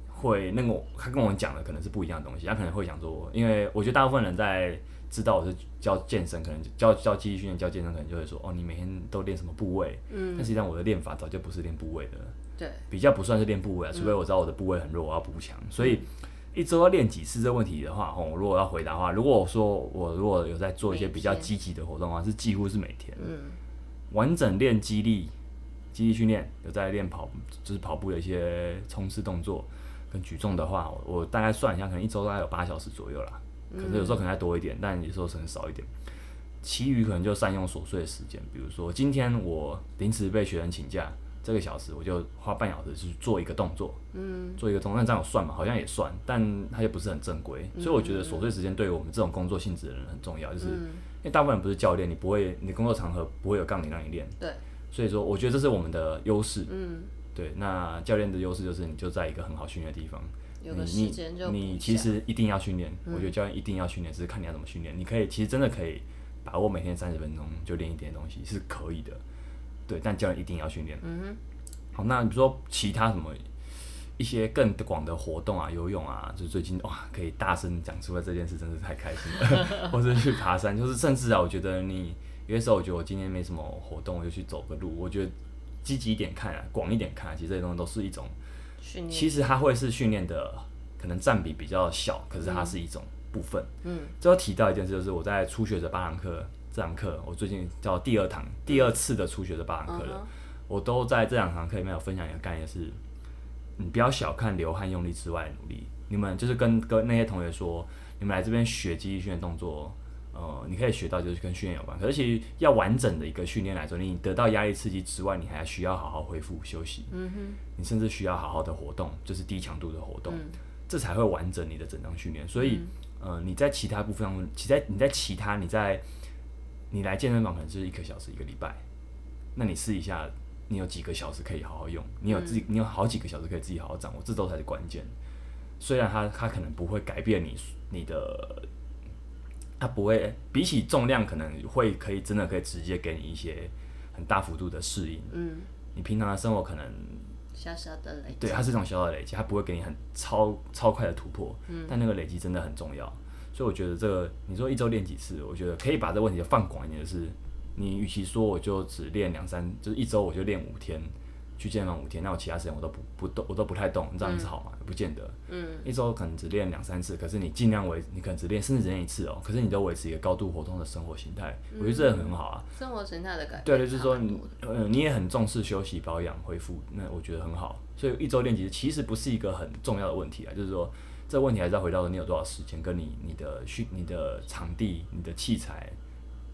Speaker 1: 会那个他跟我讲的可能是不一样的东西，他可能会想说，因为我觉得大部分人在知道我是教健身，可能教教肌力训练教健身，可能就会说哦，你每天都练什么部位？
Speaker 2: 嗯，
Speaker 1: 但实际上我的练法早就不是练部位的了，
Speaker 2: 对，
Speaker 1: 比较不算是练部位啊，
Speaker 2: 嗯
Speaker 1: 除非我知道我的部位很弱，我要补强。所以一周要练几次这问题的话，吼，如果要回答的话，如果我说我如果有在做一些比较
Speaker 2: 每天
Speaker 1: 积极的活动的话，是几乎是每天
Speaker 2: 嗯，
Speaker 1: 完整练肌力、肌力训练，有在练跑，就是跑步的一些冲刺动作跟举重的话，我我大概算一下，可能一周大概有八小时左右啦。可是有时候可能还多一点，但有时候可能少一点。其余可能就善用琐碎的时间，比如说今天我临时被学生请假，这个小时我就花半小时去做一个动作，嗯，做一个动作，那这样有算吗？好像也算，但它又不是很正规，所以我觉得琐碎时间对于我们这种工作性质的人很重要，就是因为大部分人不是教练，你不会，你工作场合不会有杠铃让你练，
Speaker 2: 对，
Speaker 1: 所以说我觉得这是我们的优势，
Speaker 2: 嗯，
Speaker 1: 对，那教练的优势就是你就在一个很好训练的地方，
Speaker 2: 有个
Speaker 1: 你
Speaker 2: 时间就
Speaker 1: 你
Speaker 2: 补一
Speaker 1: 其
Speaker 2: 下嗯
Speaker 1: 实一定要训练，我觉得教练一定要训练，只是看你要怎么训练。你可以其实真的可以把握每天三十分钟就练一点东西是可以的，对，但教练一定要训练。
Speaker 2: 嗯
Speaker 1: 好，那比如说其他什么一些更广的活动啊，游泳啊，就最近哇，可以大声讲出来这件事，真是太开心 了。或者去爬山，就是甚至啊，我觉得你有些时候，我觉得我今天没什么活动，我就去走个路。我觉得积极一点看啊，广一点看啊、其实这些东西都是一种。
Speaker 2: 哼，训练，
Speaker 1: 其实它会是训练的可能占比比较小，可是它是一种部分。
Speaker 2: 嗯，
Speaker 1: 最后提到一件事，就是我在初学者八堂课这堂课，我最近叫第二堂第二次的初学者八堂课了，
Speaker 2: 嗯
Speaker 1: 我都在这两堂课里面有分享一个概念是，你不要小看流汗用力之外的努力。你们就是跟跟那些同学说，你们来这边学肌力训练动作，呃，你可以学到就是跟训练有关。可是其实要完整的一个训练来说，你得到压力刺激之外，你还需要好好恢复休息。
Speaker 2: 嗯哼，
Speaker 1: 你甚至需要好好的活动，就是低强度的活动，这才会完整你的整张训练。所以，呃，你在其他部分上，其在你在其他你在你来健身房可能是一个小时一个礼拜，那你试一下，你有几个小时可以好好用，你有自己、你有好几个小时可以自己好好掌握，这都才是关键。虽然它它可能不会改变你你的，它不会比起重量可能会可以真的可以直接给你一些很大幅度的适应。
Speaker 2: 嗯，
Speaker 1: 你平常的生活可能
Speaker 2: 小小的累积，
Speaker 1: 对，它啊是一种小小的累积，它不会给你很超超快的突破，但那个累积真的很重要。所以我觉得这个，你说一周练几次，我觉得可以把这个问题放广一点，就是你与其说我就只练两三，就是一周我就练五天，去健身房五天，那我其他时间我都不不动，我都不太动，这样是好吗？不见得，
Speaker 2: 嗯，
Speaker 1: 一周可能只练两三次，可是你尽量维，你可能只练甚至只练一次哦，可是你都维持一个高度活动的生活形态，我觉得这个很好啊。
Speaker 2: 生活形态的改变，
Speaker 1: 对对，啊就是说你呃你也很重视休息保养恢复，那我觉得很好。所以一周练几次其实不是一个很重要的问题啊，就是说这问题还是要回到你有多少时间，跟你你的训你的场地、你的器材，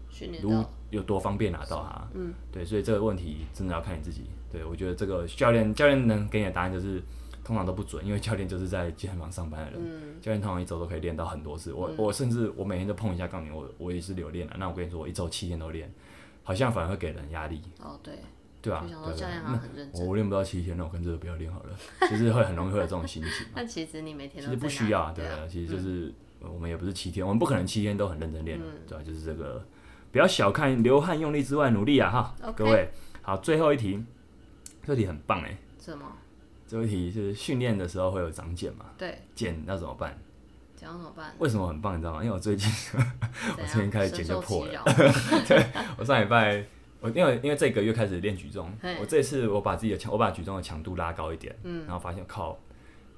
Speaker 2: 训练
Speaker 1: 如
Speaker 2: 到，
Speaker 1: 有多方便拿到它。嗯，对，所以这个问题真的要看你自己。对我觉得这个教练教练能给你的答案就是通常都不准，因为教练就是在健身房上班的人，教练通常一周都可以练到很多次。我、我甚至我每天都碰一下杠铃，我我也是留练了。啊那我跟你说，我一周七天都练，好像反而会给人压力。
Speaker 2: 哦对，
Speaker 1: 对啊，
Speaker 2: 就想说
Speaker 1: 对
Speaker 2: 教练
Speaker 1: 啊
Speaker 2: 好像很认
Speaker 1: 我
Speaker 2: 真，
Speaker 1: 我练不到七天，那我跟这个不要练好了，就是会很容易会有这种心 情。
Speaker 2: 但其实你每天
Speaker 1: 其
Speaker 2: 都
Speaker 1: 实
Speaker 2: 在
Speaker 1: 不
Speaker 2: 那
Speaker 1: 需要啊，
Speaker 2: 对
Speaker 1: 对
Speaker 2: 啊，
Speaker 1: 啊，其实就是呃我们也不是七天，我们不可能七天都很认真练的，啊
Speaker 2: 嗯
Speaker 1: 对吧、就是这个，不要小看流汗用力之外的努力啊哈
Speaker 2: OK
Speaker 1: 各位。好，最后一题，这题很棒哎，
Speaker 2: 啊什么？
Speaker 1: 最后一题是训练的时候会有长茧嘛？
Speaker 2: 对，
Speaker 1: 茧要怎么办？
Speaker 2: 这样怎么 办？
Speaker 1: 为什么很棒？你知道吗？因为我最近
Speaker 2: 怎
Speaker 1: 之前
Speaker 2: 样
Speaker 1: 开始
Speaker 2: 深
Speaker 1: 剪
Speaker 2: 受
Speaker 1: 就破
Speaker 2: 其
Speaker 1: 了
Speaker 2: 扰
Speaker 1: 我上礼拜，我因为因为这个月开始练举重
Speaker 2: 嘿，
Speaker 1: 我这次我把自己的强，我把举重的强度拉高一点，然后发现靠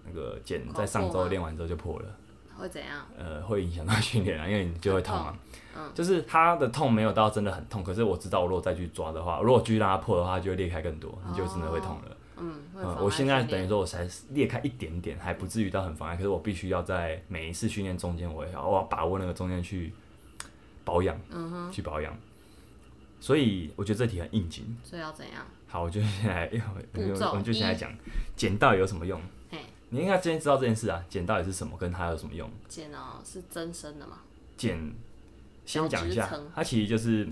Speaker 1: 那个茧在上
Speaker 2: 跑步
Speaker 1: 周
Speaker 2: 吗
Speaker 1: 练完之后就破了，
Speaker 2: 会怎样？
Speaker 1: 呃，会影响到训练啊，因为你就会痛嘛。
Speaker 2: 嗯
Speaker 1: 就是它的痛没有到真的很痛，可是我知道，我如果再去抓的话，如果继续让它破的话，它就会裂开更多，你就真的会痛了。
Speaker 2: 嗯，会
Speaker 1: 嗯
Speaker 2: 妨，碍
Speaker 1: 我现在
Speaker 2: 训练
Speaker 1: 等于说我才裂开一点点，还不至于到很妨碍，可是我必须要在每一次训练中间，我也要我要把握那个中间去保养，
Speaker 2: 嗯
Speaker 1: 去保养。所以我觉得这题很应景。
Speaker 2: 所以要怎样？
Speaker 1: 好，我就先来， 我
Speaker 2: 步骤
Speaker 1: 就我们就先来
Speaker 2: 一
Speaker 1: 讲剪到底有什么用。
Speaker 2: 嘿，
Speaker 1: 你应该先知道这件事啊，剪到底是什么，跟它有什么用。
Speaker 2: 剪哦是增生的嘛？
Speaker 1: 剪，先讲一
Speaker 2: 角
Speaker 1: 下
Speaker 2: 质层，
Speaker 1: 它其实就是，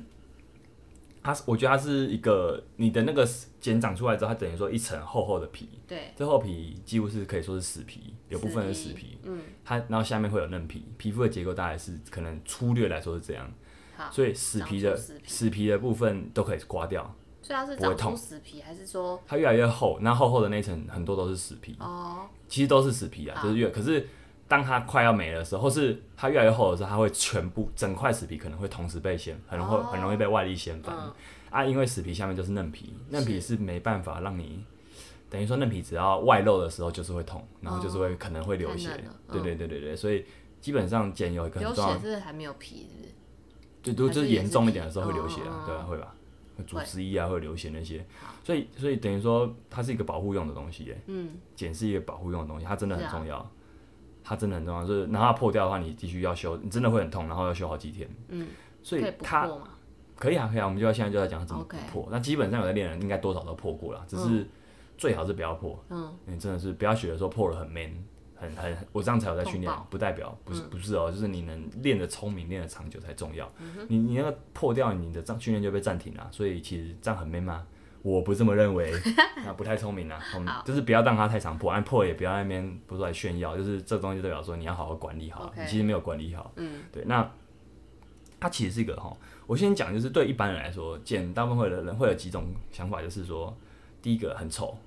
Speaker 1: 它是我觉得它是一个你的那个茧长出来之后，它等于说一层厚厚的皮，
Speaker 2: 对，
Speaker 1: 这厚皮几乎是可以说是死皮，有部分是死皮，，
Speaker 2: 嗯，
Speaker 1: 它然后下面会有嫩皮，皮肤的结构大概是可能粗略来说是这样，
Speaker 2: 好，
Speaker 1: 所以死皮的
Speaker 2: 啊长出死皮
Speaker 1: 死皮的部分都可以刮掉，
Speaker 2: 所以它是
Speaker 1: 不会
Speaker 2: 长
Speaker 1: 痛
Speaker 2: 出死皮，还是说
Speaker 1: 它越来越厚，那厚厚的那一层很多都是死皮，
Speaker 2: 哦
Speaker 1: 其实都是死皮啊，
Speaker 2: 好
Speaker 1: 就是越可是当它快要没的时候，或是它越来越厚的时候，它会全部整块死皮可能会同时被掀，很容易、
Speaker 2: 哦
Speaker 1: 很容易被外力掀翻、
Speaker 2: 嗯
Speaker 1: 啊，因为死皮下面就是嫩皮，嫩皮是没办法让你。等于说嫩皮只要外露的时候就是会痛，然后就是会、可能会流血
Speaker 2: 哦太嫩了，嗯
Speaker 1: 对对对对对，所以基本上剪有一个
Speaker 2: 流
Speaker 1: 很重要
Speaker 2: 血，是还没有皮，是不是？
Speaker 1: 就就
Speaker 2: 还是
Speaker 1: 就是
Speaker 2: 也
Speaker 1: 严
Speaker 2: 是
Speaker 1: 重一
Speaker 2: 皮
Speaker 1: 点的时候会流血
Speaker 2: 嗯嗯
Speaker 1: 啊
Speaker 2: 嗯，
Speaker 1: 对啊，会吧？会组
Speaker 2: 会
Speaker 1: 织液啊，会有流血那些，所以所以等于说它是一个保护用的东西耶，
Speaker 2: 嗯，
Speaker 1: 剪是一个保护用的东西，它真的很
Speaker 2: 是啊
Speaker 1: 重要，它真的很重要。就是，然后它破掉的话，你必须要修，你真的会很痛，然后要修好几天。
Speaker 2: 嗯，
Speaker 1: 所
Speaker 2: 可以
Speaker 1: 以
Speaker 2: 不
Speaker 1: 它
Speaker 2: 破嘛？
Speaker 1: 可以啊，可以啊，我们就要现在就在讲它怎么
Speaker 2: OK
Speaker 1: 破。那基本上有的练人应该多少都破过了，只是最好是不要破。
Speaker 2: 嗯，
Speaker 1: 你真的是不要觉得说破了很 man，很很我这样才有在训练
Speaker 2: 痛爆，
Speaker 1: 不代表不是不是哦，就是你能练得聪明，练得长久才重要。你你那个破掉，你的这样训练就被暂停了，啊所以其实这样很 man 吗？我不这么认为，那不太聪明啊。我们就是不要让它太常破，按破也不要在那边不是来炫耀，就是这东西代表说你要好好管理好
Speaker 2: OK
Speaker 1: 你其实没有管理好。
Speaker 2: 嗯，
Speaker 1: 对，那它其实是一个哈，我先讲就是对一般人来说，见大部分的人会有几种想法，就是说第一个很丑，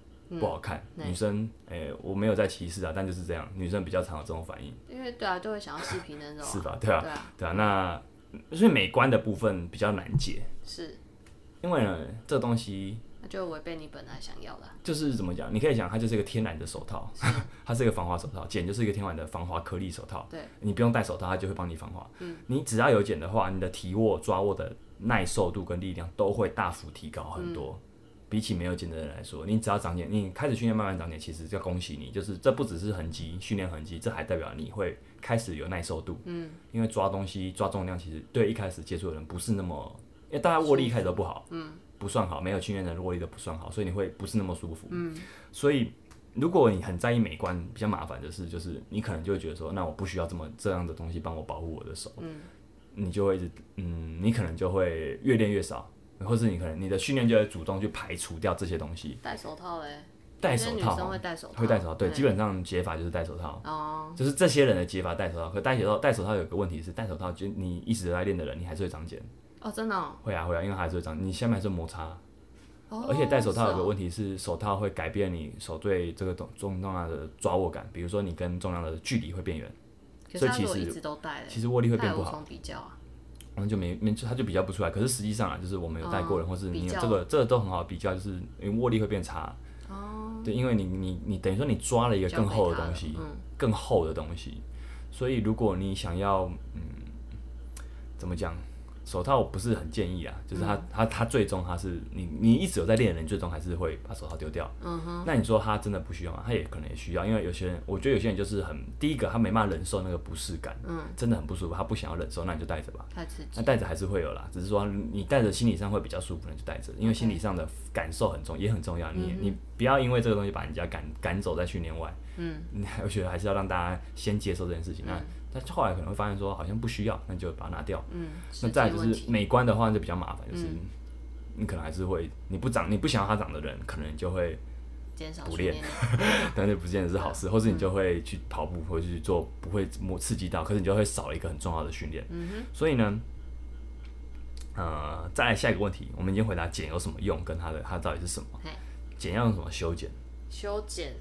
Speaker 1: 不好看，
Speaker 2: 对
Speaker 1: 女生，哎、我没有在歧视啊，但就是这样，女生比较常有这种反应，
Speaker 2: 因为对啊，就会想要细皮那种啊，
Speaker 1: 是吧？对啊，
Speaker 2: 对啊，
Speaker 1: 对啊，那所以美观的部分比较难解，
Speaker 2: 是，
Speaker 1: 因为呢，这东西
Speaker 2: 那就违背你本来想要的啊，
Speaker 1: 就是怎么讲，你可以讲它就是一个天然的手套， 它是一个防滑手套，茧就是一个天然的防滑颗粒手套，
Speaker 2: 对，
Speaker 1: 你不用戴手套，它就会帮你防滑。你只要有茧的话，你的提握、抓握的耐受度跟力量都会大幅提高很多。比起没有茧的人来说，你只要长茧，你开始训练慢慢长茧，其实要恭喜你，就是这不只是痕迹训练痕迹，这还代表你会开始有耐受度。嗯，因为抓东西、抓重量，其实对一开始接触的人不是那么，因为大家握力一开始都不好，嗯，不算好，没有训练的握力都不算好，所以你会不是那么舒服。嗯，所以如果你很在意美观，比较麻烦的是，就是你可能就会觉得说，那我不需要这么这样的东西帮我保护我的手，
Speaker 2: 嗯
Speaker 1: 你就会一直，嗯，你可能就会越练越少，或是你可能你的训练就会主动去排除掉这些东西，
Speaker 2: 戴手套嘞，
Speaker 1: 戴
Speaker 2: 有些
Speaker 1: 手
Speaker 2: 女
Speaker 1: 套
Speaker 2: 生会
Speaker 1: 哦
Speaker 2: 戴手套，
Speaker 1: 会戴手套，对，基本上解法就是戴手套，
Speaker 2: 哦，
Speaker 1: 就是这些人的解法戴手套，可戴手套戴手套有个问题是戴手套，就你一直在练的人，你还是会长茧，
Speaker 2: 哦，真的哦，
Speaker 1: 会啊会啊，因为还是会长，你下面还是会摩擦，
Speaker 2: 哦
Speaker 1: 而且戴手套有
Speaker 2: 是
Speaker 1: 个
Speaker 2: 哦
Speaker 1: 问题是，手套会改变你手对这个重重量的抓握感，比如说你跟重量的距离会变远，
Speaker 2: 可
Speaker 1: 所
Speaker 2: 是
Speaker 1: 以
Speaker 2: 他
Speaker 1: 其
Speaker 2: 如果一
Speaker 1: 实
Speaker 2: 直都戴嘞，
Speaker 1: 其实握力会
Speaker 2: 他
Speaker 1: 变
Speaker 2: 也
Speaker 1: 不
Speaker 2: 无
Speaker 1: 好，
Speaker 2: 从比较啊，
Speaker 1: 然后就没没就它就比较不出来。可是实际上啊，就是我们有戴过人，
Speaker 2: 哦
Speaker 1: 或是你
Speaker 2: 比
Speaker 1: 有
Speaker 2: 较
Speaker 1: 这个这个都很好比较，就是因为握力会变差。
Speaker 2: 哦，
Speaker 1: 对，因为你你你等于说你抓了一个更厚的东
Speaker 2: 交
Speaker 1: 西
Speaker 2: 给他，了
Speaker 1: 更厚的东西，所以如果你想要嗯怎么讲，手套不是很建议啊，就是
Speaker 2: 嗯
Speaker 1: 它、它它最终它是你你一直有在练的人，最终还是会把手套丢掉。
Speaker 2: 嗯哼，
Speaker 1: 那你说他真的不需要吗？他也可能也需要，因为有些人，我觉得有些人就是很第一个，他没办法忍受那个不适感，
Speaker 2: 嗯，
Speaker 1: 真的很不舒服，他不想要忍受，那你就戴着吧。
Speaker 2: 太刺激
Speaker 1: 那，戴着还是会有啦，只是说你戴着心理上会比较舒服，那就戴着，因为心理上的感受很重，也很重要。你、你不要因为这个东西把人家赶赶走在训练外，
Speaker 2: 嗯，
Speaker 1: 你还我觉得还是要让大家先接受这件事情。那但后来可能会发现说好像不需要，那就把它拿掉。
Speaker 2: 嗯，
Speaker 1: 那
Speaker 2: 实际
Speaker 1: 再来就
Speaker 2: 问
Speaker 1: 是
Speaker 2: 题嗯
Speaker 1: 美观的话就比较麻烦，就是你可能还是会你不长你不想要它长的人，可能就会
Speaker 2: 减少
Speaker 1: 不
Speaker 2: 训
Speaker 1: 练
Speaker 2: 练量，
Speaker 1: 但是不见得是好事，
Speaker 2: 嗯
Speaker 1: 或是你就会去跑步，或者去做不会摸刺激到，可是你就会少了一个很重要的训练。
Speaker 2: 嗯哼，
Speaker 1: 所以呢，呃，再来下一个问题，我们已经回答茧有什么用，跟它的它到底是什么
Speaker 2: 嘿？
Speaker 1: 茧要用什么修剪？
Speaker 2: 修剪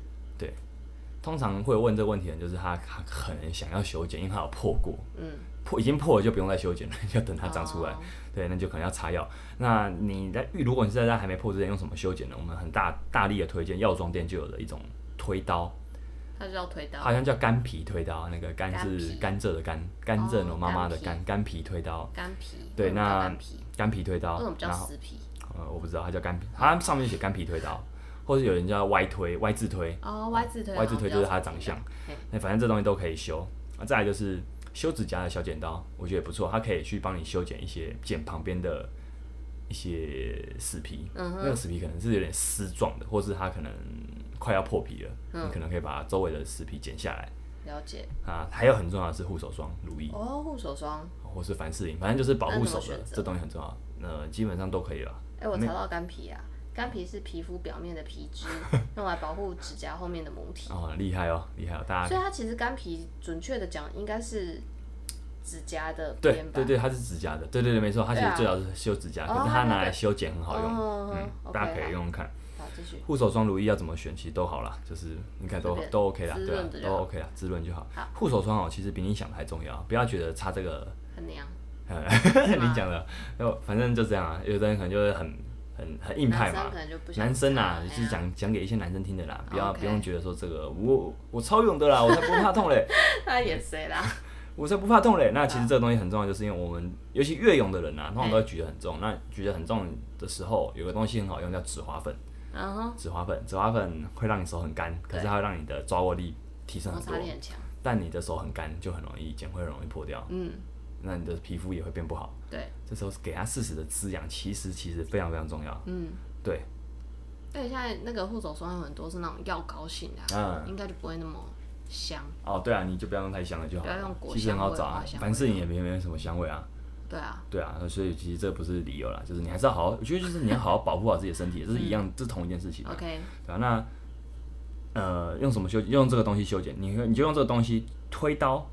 Speaker 1: 通常会问这个问题的人，就是他他可能想要修剪，因为他有破过，
Speaker 2: 嗯，
Speaker 1: 破已经破了就不用再修剪了， 就 等它长出来。
Speaker 2: 哦
Speaker 1: 对，那就可能要擦药。那你在如果你是在它还没破之前用什么修剪呢？我们很大大力的推荐药妆店就有的一种推刀，
Speaker 2: 它就叫推刀。
Speaker 1: 好像叫干皮推刀，那个干
Speaker 2: 干
Speaker 1: 是
Speaker 2: 皮哦
Speaker 1: 甘蔗的甘，甘蔗我妈妈的
Speaker 2: 干
Speaker 1: 甘，干皮推刀，
Speaker 2: 干皮，
Speaker 1: 对
Speaker 2: 为什么叫
Speaker 1: 那
Speaker 2: 干皮，
Speaker 1: 干皮推
Speaker 2: 为什
Speaker 1: 刀
Speaker 2: 么，叫
Speaker 1: 然后
Speaker 2: 死皮？
Speaker 1: 呃我不知道它叫干皮，它上面写干皮推刀，或者有人叫歪推、歪字推，
Speaker 2: 哦，Y 字推，
Speaker 1: Y 字推就是它
Speaker 2: 它
Speaker 1: 的长相。
Speaker 2: 嘿
Speaker 1: 那反正这东西都可以修。那再来就是修指甲的小剪刀，我觉得也不错，它可以去帮你修剪一些剪旁边的一些死皮，
Speaker 2: 嗯
Speaker 1: 那个死皮可能是有点丝状的，或是它可能快要破皮了，
Speaker 2: 嗯
Speaker 1: 你可能可以把周围的死皮剪下来
Speaker 2: 了解。
Speaker 1: 啊。还有很重要的是护手霜、乳液，
Speaker 2: 哦，护手霜，
Speaker 1: 或是凡士林，反正就是保护手
Speaker 2: 那怎么
Speaker 1: 的
Speaker 2: 选择
Speaker 1: 这东西很重要。呃，基本上都可以了。
Speaker 2: 哎，我
Speaker 1: 没
Speaker 2: 查到干皮啊，干皮是皮肤表面的皮 脂，用来保护指甲后面的母体。
Speaker 1: 哦，厉害哦，厉害哦，大家
Speaker 2: 所以它其实干皮，准确的讲，应该是指甲的
Speaker 1: 对
Speaker 2: 边吧？
Speaker 1: 对对，它是指甲的，对对对，没错，它其
Speaker 2: 对
Speaker 1: 实
Speaker 2: 啊
Speaker 1: 最早是修指甲，可
Speaker 2: 哦
Speaker 1: 是
Speaker 2: 它
Speaker 1: 它
Speaker 2: 那
Speaker 1: 拿来
Speaker 2: 个
Speaker 1: 修剪很好用，
Speaker 2: 哦
Speaker 1: 嗯，
Speaker 2: OK，
Speaker 1: 大家可以用用看。
Speaker 2: 好，继续。
Speaker 1: 护手霜、乳液要怎么选，其实都好啦，就是你看都
Speaker 2: 随便
Speaker 1: 都 OK 啦，
Speaker 2: 滋
Speaker 1: 对啊
Speaker 2: 润的，就
Speaker 1: 都
Speaker 2: 好
Speaker 1: OK 啦，滋润就好
Speaker 2: 好。
Speaker 1: 护手霜哦，其实比你想的还重要，不要觉得擦这个，
Speaker 2: 很娘，
Speaker 1: 呃
Speaker 2: 是 吗
Speaker 1: 你讲的，就反正就这样啊。有的人可能就会很很很硬派
Speaker 2: 男
Speaker 1: 嘛
Speaker 2: 生可，能就不想
Speaker 1: 男生
Speaker 2: 擦
Speaker 1: 啊，
Speaker 2: 哎呀哦
Speaker 1: 就是讲讲给一些男生听的啦，不要
Speaker 2: OK
Speaker 1: 不用觉得说这个我我超勇的啦，我才不怕痛嘞，
Speaker 2: 他演谁啦？
Speaker 1: 我才不怕痛嘞。那
Speaker 2: 嗯
Speaker 1: 其实这个东西很重要，就是因为我们尤其越勇的人啊，通常都会举得很
Speaker 2: 嗯
Speaker 1: 重。那举得很重的时候，有个东西很好用，叫止滑
Speaker 2: 哦
Speaker 1: 粉。
Speaker 2: 然后
Speaker 1: 紫花粉，紫花粉会让你手很干，可是它会让你的抓握力提升
Speaker 2: 摩
Speaker 1: 很多
Speaker 2: 擦，力很强，
Speaker 1: 但你的手很干就很容易剪会容易破掉，
Speaker 2: 嗯，
Speaker 1: 那你的皮肤也会变不好。
Speaker 2: 对，
Speaker 1: 这时候给它适时的滋养，其实其实非常非常重要。
Speaker 2: 嗯，
Speaker 1: 对，
Speaker 2: 对，现在那个护手霜有很多是那种药膏型的啊，
Speaker 1: 嗯
Speaker 2: 应该就不会那么香，
Speaker 1: 哦对啊，你就不要用太香的就好了，
Speaker 2: 不要用果
Speaker 1: 其实很好
Speaker 2: 香味
Speaker 1: 找啊
Speaker 2: 花香，味
Speaker 1: 凡士林也没没什么香味啊。
Speaker 2: 对啊，
Speaker 1: 对啊，所以其实这不是理由啦，就是你还是要好好，我觉得就是你要好好保护好自己的身体，这是一样，
Speaker 2: 嗯
Speaker 1: 这是同一件事情啊。
Speaker 2: ，OK，
Speaker 1: 对啊，那呃，用什么修？用这个东西修剪，你你就用这个东西推刀，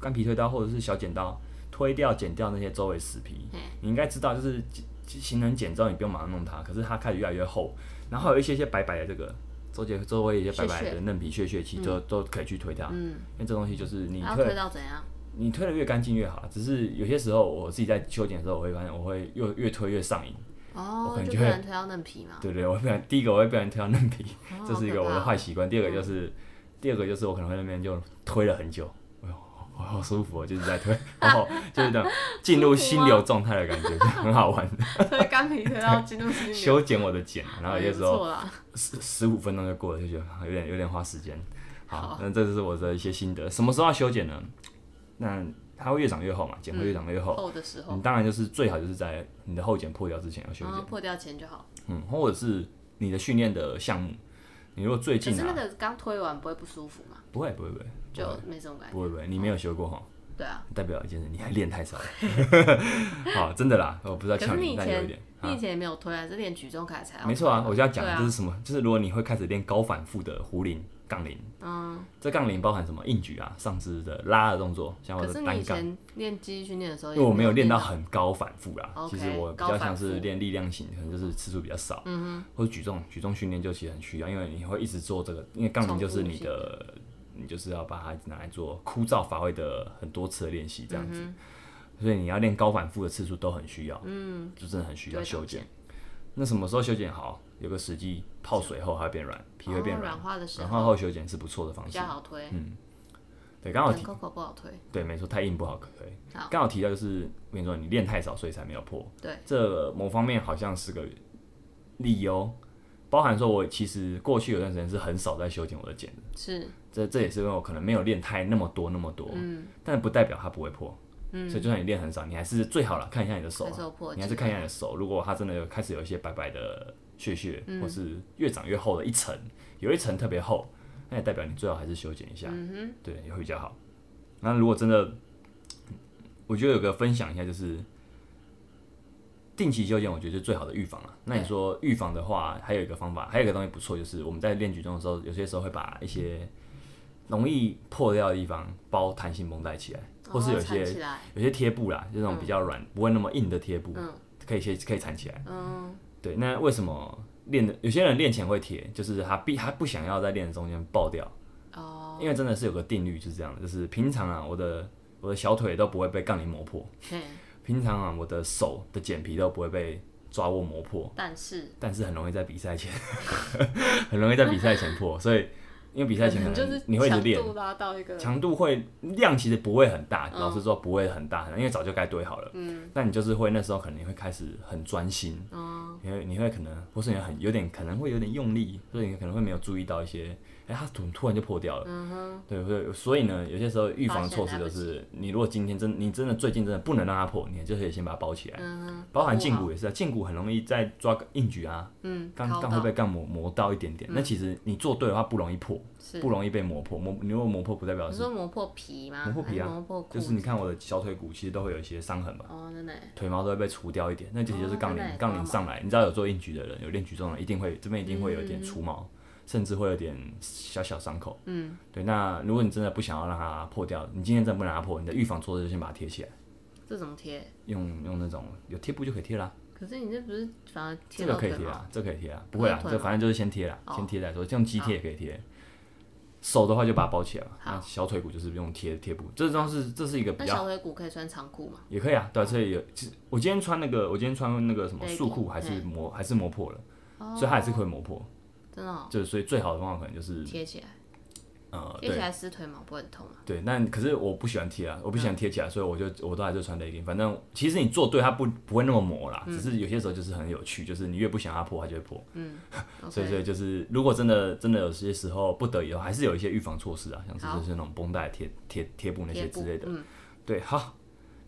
Speaker 1: 干皮推刀或者是小剪刀推掉、剪掉那些周围死皮。
Speaker 2: 嗯
Speaker 1: 你应该知道，就是其其行人剪之后，你不用马上弄它，可是它开始越来越厚，然后有一些些白白的这个周结周围一些白白
Speaker 2: 屑
Speaker 1: 的嫩皮、屑屑其实都、都可以去推掉，
Speaker 2: 嗯，
Speaker 1: 因为这东西就是啊你
Speaker 2: 然后
Speaker 1: 推
Speaker 2: 推到怎样？
Speaker 1: 你推的越干净越好。只是有些时候我自己在修剪的时候，我会发现我会越越推越上瘾。我
Speaker 2: 哦
Speaker 1: 可，能
Speaker 2: 就
Speaker 1: 就
Speaker 2: 不
Speaker 1: 会
Speaker 2: 能推到嫩皮嘛，
Speaker 1: 对对，我会不然第一个我会不然推到嫩皮，
Speaker 2: 哦
Speaker 1: 这是一个
Speaker 2: 好
Speaker 1: 我
Speaker 2: 可怕
Speaker 1: 的
Speaker 2: 哦
Speaker 1: 坏习惯。第二个就是，第二个就是我可能会那边就推了很久，哎呦，好好好舒服哦，就是 在推，然后就是这样进入心流状态的感觉，很好玩。
Speaker 2: 推 干皮推到进入心里，
Speaker 1: 修剪我的剪，然后哦有
Speaker 2: 也
Speaker 1: 些
Speaker 2: 哦不
Speaker 1: 时候
Speaker 2: 错啦，
Speaker 1: 十十五分钟就过了，就觉得啊有点有点花时间。好
Speaker 2: 好，
Speaker 1: 那这就是我的一些心得。什么时候要修剪呢？那它会越长越厚嘛，剪会越长越厚。
Speaker 2: 厚的哦时候
Speaker 1: 嗯你，当然就是最好就是在你的后剪破掉之前要修
Speaker 2: 然
Speaker 1: 剪
Speaker 2: 后。破掉前就好。
Speaker 1: 嗯，或者是你的训练的项目，你如果最
Speaker 2: 可
Speaker 1: 近
Speaker 2: 是那
Speaker 1: 啊，
Speaker 2: 个刚推完不会不舒服嘛？
Speaker 1: 不会不会不会哦
Speaker 2: 就没什么感觉。
Speaker 1: 不会不会，你没有学过哈，
Speaker 2: 对啊，
Speaker 1: 代表一件事，你还练太 少了。 好，真的啦，我不是在
Speaker 2: 可是
Speaker 1: 呛
Speaker 2: 你
Speaker 1: 你，
Speaker 2: 以
Speaker 1: 但有一
Speaker 2: 前
Speaker 1: 点。
Speaker 2: 你以前也没有推啊，是练举重开始才要推。
Speaker 1: 没错啊，我就要讲
Speaker 2: 对啊
Speaker 1: 这是什么，就是如果你会开始练高反复的壶铃、杠铃，
Speaker 2: 嗯，
Speaker 1: 这杠铃包含什么硬举啊、上肢的拉的动作，像我
Speaker 2: 可
Speaker 1: 的
Speaker 2: 是你
Speaker 1: 单
Speaker 2: 以
Speaker 1: 杠，
Speaker 2: 前练肌力训练的时候，
Speaker 1: 因为我没有练到，很高反复啦。
Speaker 2: OK，
Speaker 1: 其实我比
Speaker 2: 高
Speaker 1: 较
Speaker 2: 反
Speaker 1: 像是
Speaker 2: 复
Speaker 1: 练力量型，可能就是次数比较少，嗯或者举重，举重训练就其实很需要，因为你会一直做这个，因为杠铃就是你的，你就是要把它拿来做枯燥乏味的很多次的练习这样
Speaker 2: 嗯
Speaker 1: 子，所以你要练高反复的次数都很需要，嗯，就真的很需要
Speaker 2: 就会
Speaker 1: 修
Speaker 2: 长
Speaker 1: 剪。那什么时候修剪好？有个时机，泡水后它会变软，皮会变
Speaker 2: 哦
Speaker 1: 软，
Speaker 2: 软化的时
Speaker 1: 软
Speaker 2: 候
Speaker 1: 化后修剪是不错的方
Speaker 2: 比
Speaker 1: 式
Speaker 2: 较。好推，
Speaker 1: 对，刚好
Speaker 2: 但
Speaker 1: 提
Speaker 2: Coco 不好推。
Speaker 1: 对，没错，太硬不好可以
Speaker 2: 好。
Speaker 1: 刚好提到就是我跟你说，你练太少，所以才没有破。
Speaker 2: 对，
Speaker 1: 这某方面好像是个理由，包含说我其实过去有段时间是很少在修剪我的剪的，
Speaker 2: 是，
Speaker 1: 这这也是因为我可能没有练太那么多那么多，
Speaker 2: 嗯，
Speaker 1: 但不代表它不会破。
Speaker 2: 嗯
Speaker 1: 所以就算你练很少，你还是最好了看一下你的手、
Speaker 2: 还是有
Speaker 1: 啊
Speaker 2: 破，
Speaker 1: 你还是看一下你的手，如果它真的有开始有一些白白的屑屑，
Speaker 2: 嗯
Speaker 1: 或是越长越厚的一层，有一层特别厚，那也代表你最好还是修剪一下。
Speaker 2: 嗯
Speaker 1: 对，也会比较好。那如果真的，我觉得有个分享一下，就是定期修剪，我觉得是最好的预防了、啊那你说预防的话，还有一个方法，还有一个东西不错，就是我们在练举重的时候，有些时候会把一些容易破掉的地方包弹性绷带起来，
Speaker 2: 哼，
Speaker 1: 或是
Speaker 2: 哦
Speaker 1: 有些
Speaker 2: 缠起来，
Speaker 1: 有些贴布啦，就那种比较软、不会那么硬的贴布，
Speaker 2: 嗯
Speaker 1: 可以先可以缠起来。
Speaker 2: 嗯，
Speaker 1: 对，那为什么练的有些人练前会贴，就是他必他不想要在练的中间爆掉。
Speaker 2: 哦，
Speaker 1: 因为真的是有个定律，就是这样的，就是平常啊，我的我的小腿都不会被杠铃磨破，
Speaker 2: 嘿，
Speaker 1: 平常啊，我的手的茧皮都不会被抓握磨破，
Speaker 2: 但是
Speaker 1: 但是很容易在比赛前，很容易在比赛前破，所以因为比赛前可
Speaker 2: 就是
Speaker 1: 能你会一直
Speaker 2: 强
Speaker 1: 练，
Speaker 2: 度拉到一个，
Speaker 1: 强度会量其实不会很大，
Speaker 2: 嗯
Speaker 1: 老实说不会很大，因为早就该堆好了。
Speaker 2: 嗯
Speaker 1: 但你就是会那时候可能你会开始很专心，
Speaker 2: 嗯
Speaker 1: 你会你会可能或是你很有点可能会有点用力，所以你可能会没有注意到一些，哎、它突突然就破掉了。
Speaker 2: 嗯哼，
Speaker 1: 对，所以所以呢，有些时候预防措施就
Speaker 2: 发现
Speaker 1: 是，你如果今天真你真的最近真的不能让它破，你就可以先把它包起来。
Speaker 2: 嗯哼，
Speaker 1: 包含
Speaker 2: 保护
Speaker 1: 胫
Speaker 2: 好，
Speaker 1: 骨也是啊，胫骨很容易在抓个硬举啊，
Speaker 2: 嗯，
Speaker 1: 杠
Speaker 2: 靠
Speaker 1: 杠会
Speaker 2: 到嗯
Speaker 1: 被杠磨磨到一点点。那其实你做对的话不容易破，
Speaker 2: 是
Speaker 1: 不容易被磨破。磨你如果磨破不代表
Speaker 2: 你
Speaker 1: 是
Speaker 2: 说磨破皮吗？
Speaker 1: 磨破皮啊
Speaker 2: 还是磨破裤
Speaker 1: 就
Speaker 2: 子
Speaker 1: 是你看我的小腿骨其实都会有一些伤痕吧，
Speaker 2: 哦，真的耶，
Speaker 1: 腿毛都会被除掉一点，那其实就是
Speaker 2: 哦
Speaker 1: 杠
Speaker 2: 那也
Speaker 1: 铃杠
Speaker 2: 刮
Speaker 1: 铃
Speaker 2: 毛
Speaker 1: 上来，你知道有做硬举的人，有练举重的人一定会这边一定会有一点除毛，甚至会有点小小伤口。
Speaker 2: 嗯，
Speaker 1: 对，那如果你真的不想要让它破掉，你今天真的不能让它破，你的预防措施就先把它贴起来，
Speaker 2: 这怎么贴？
Speaker 1: 用用那种有贴布就可以贴啦，
Speaker 2: 可是你这不是反而贴
Speaker 1: 这
Speaker 2: 到
Speaker 1: 个可以
Speaker 2: 腿
Speaker 1: 贴
Speaker 2: 毛
Speaker 1: 啊，这个可以贴啊，不会啊，
Speaker 2: 腿
Speaker 1: 这
Speaker 2: 吗
Speaker 1: 反正就是先贴啦，
Speaker 2: 哦
Speaker 1: 先贴再说，这样肌贴也可以贴。手的话就把它包起来嘛，
Speaker 2: 好
Speaker 1: 那小腿骨就是用贴贴布，这张是这是一个比
Speaker 2: 那
Speaker 1: 较
Speaker 2: 小腿骨可以穿长裤吗？
Speaker 1: 也可以啊，对啊，所以有，其实我今天穿那个，我今天穿那个什么
Speaker 2: Legging，
Speaker 1: 束裤，还是
Speaker 2: 对
Speaker 1: 磨，还是磨破了，
Speaker 2: 哦
Speaker 1: 所以它还是会磨破。
Speaker 2: 真的哦
Speaker 1: 就是所以最好的方法可能就是，
Speaker 2: 贴起来，
Speaker 1: 呃，
Speaker 2: 贴
Speaker 1: 嗯
Speaker 2: 起
Speaker 1: 对
Speaker 2: 来撕腿毛不会 很痛吗？
Speaker 1: 对，那可是我不喜欢贴啊，我
Speaker 2: 嗯
Speaker 1: 不喜欢贴起来，所以我就我都还是穿 legging。反正其实你做对，它不不会那么磨啦，只是有些时候就是很有趣，就是你越不想它破，它就会破。
Speaker 2: 嗯，OK，
Speaker 1: 所以所以就是，如果真的真的有些时候不得已的话，还是有一些预防措施啊，像是
Speaker 2: 好
Speaker 1: 就是那种绷带、贴贴贴布那
Speaker 2: 贴
Speaker 1: 些
Speaker 2: 布
Speaker 1: 之类的。
Speaker 2: 嗯，
Speaker 1: 对，好，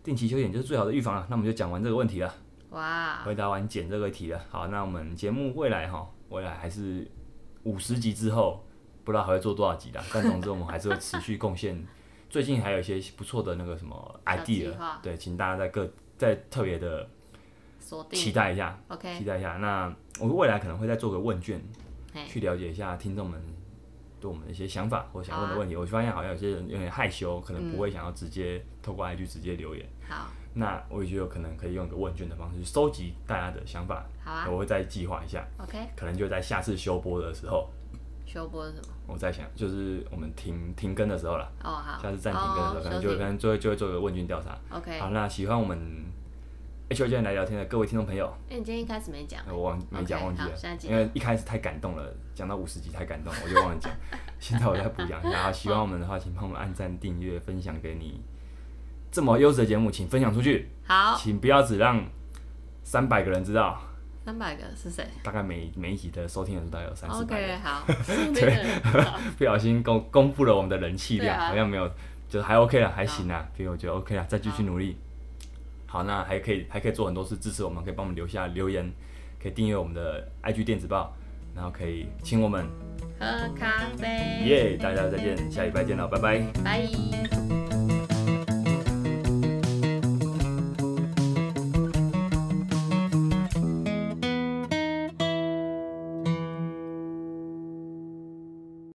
Speaker 1: 定期修剪就是最好的预防啊了。那我们就讲完这个问题了。
Speaker 2: 哇，
Speaker 1: 回答完简这个题了。好，那我们节目未来哈，未来还是五十集之后，不知道还会做多少集 啦。但总之我们还是会持续贡献。最近还有一些不错的那个什么
Speaker 2: 小计
Speaker 1: idea，
Speaker 2: 划
Speaker 1: 对，请大家再各再特别的
Speaker 2: 锁
Speaker 1: 期
Speaker 2: 定
Speaker 1: 待一下，期
Speaker 2: ，OK，
Speaker 1: 待一下。那我未来可能会再做个问卷，
Speaker 2: 嘿，
Speaker 1: 去了解一下听众们对我们的一些想法或想问的问
Speaker 2: 啊
Speaker 1: 题。我发现好像有些人有点害羞，可能不会想要直接透过 IG 直接留言。
Speaker 2: 好，
Speaker 1: 那我也觉得有可能可以用一个问卷的方式去收集大家的想法，
Speaker 2: 好啊
Speaker 1: 我会再计划一下，
Speaker 2: ，OK，
Speaker 1: 可能就在下次休播的时候，
Speaker 2: 修波是什么？
Speaker 1: 我在想，就是我们停停更的时候啦，
Speaker 2: 哦，好，
Speaker 1: 下次暂停更的时候，
Speaker 2: 哦
Speaker 1: 可能
Speaker 2: 休
Speaker 1: 就
Speaker 2: 息
Speaker 1: 可能就会就会做一个问卷调查。
Speaker 2: OK，
Speaker 1: 好，那喜欢我们 H O 教练来聊天的各位听众朋友，
Speaker 2: 哎，你今天一开始没讲，
Speaker 1: 我忘没讲
Speaker 2: OK，
Speaker 1: 忘记
Speaker 2: 好
Speaker 1: 了
Speaker 2: 现在记得
Speaker 1: 因为一开始太感动了，讲到五十集太感动了，我就忘了 讲。现在我再补讲一下，好喜欢我们的话，请帮我们按赞、订阅、分享给你这么优质的节目，请分享出去。
Speaker 2: 好，
Speaker 1: 请不要只让三百个人知道，
Speaker 2: 三百个是谁
Speaker 1: 大概每每一集的收听人数大概有三四百人
Speaker 2: ？OK，好， 对，好
Speaker 1: 不小心公公布了我们的人气量，
Speaker 2: 对啊
Speaker 1: 好像没有，就是还 OK 了，还行啊，所以我觉得 OK 了，再继续努力。好，那还可以还可以做很多事支持我们，可以帮我们留下留言，可以订阅我们的 IG 电子报，然后可以请我们，
Speaker 2: 喝咖啡，嗯
Speaker 1: 耶、大家再见，下礼拜见了，拜拜。
Speaker 2: 拜。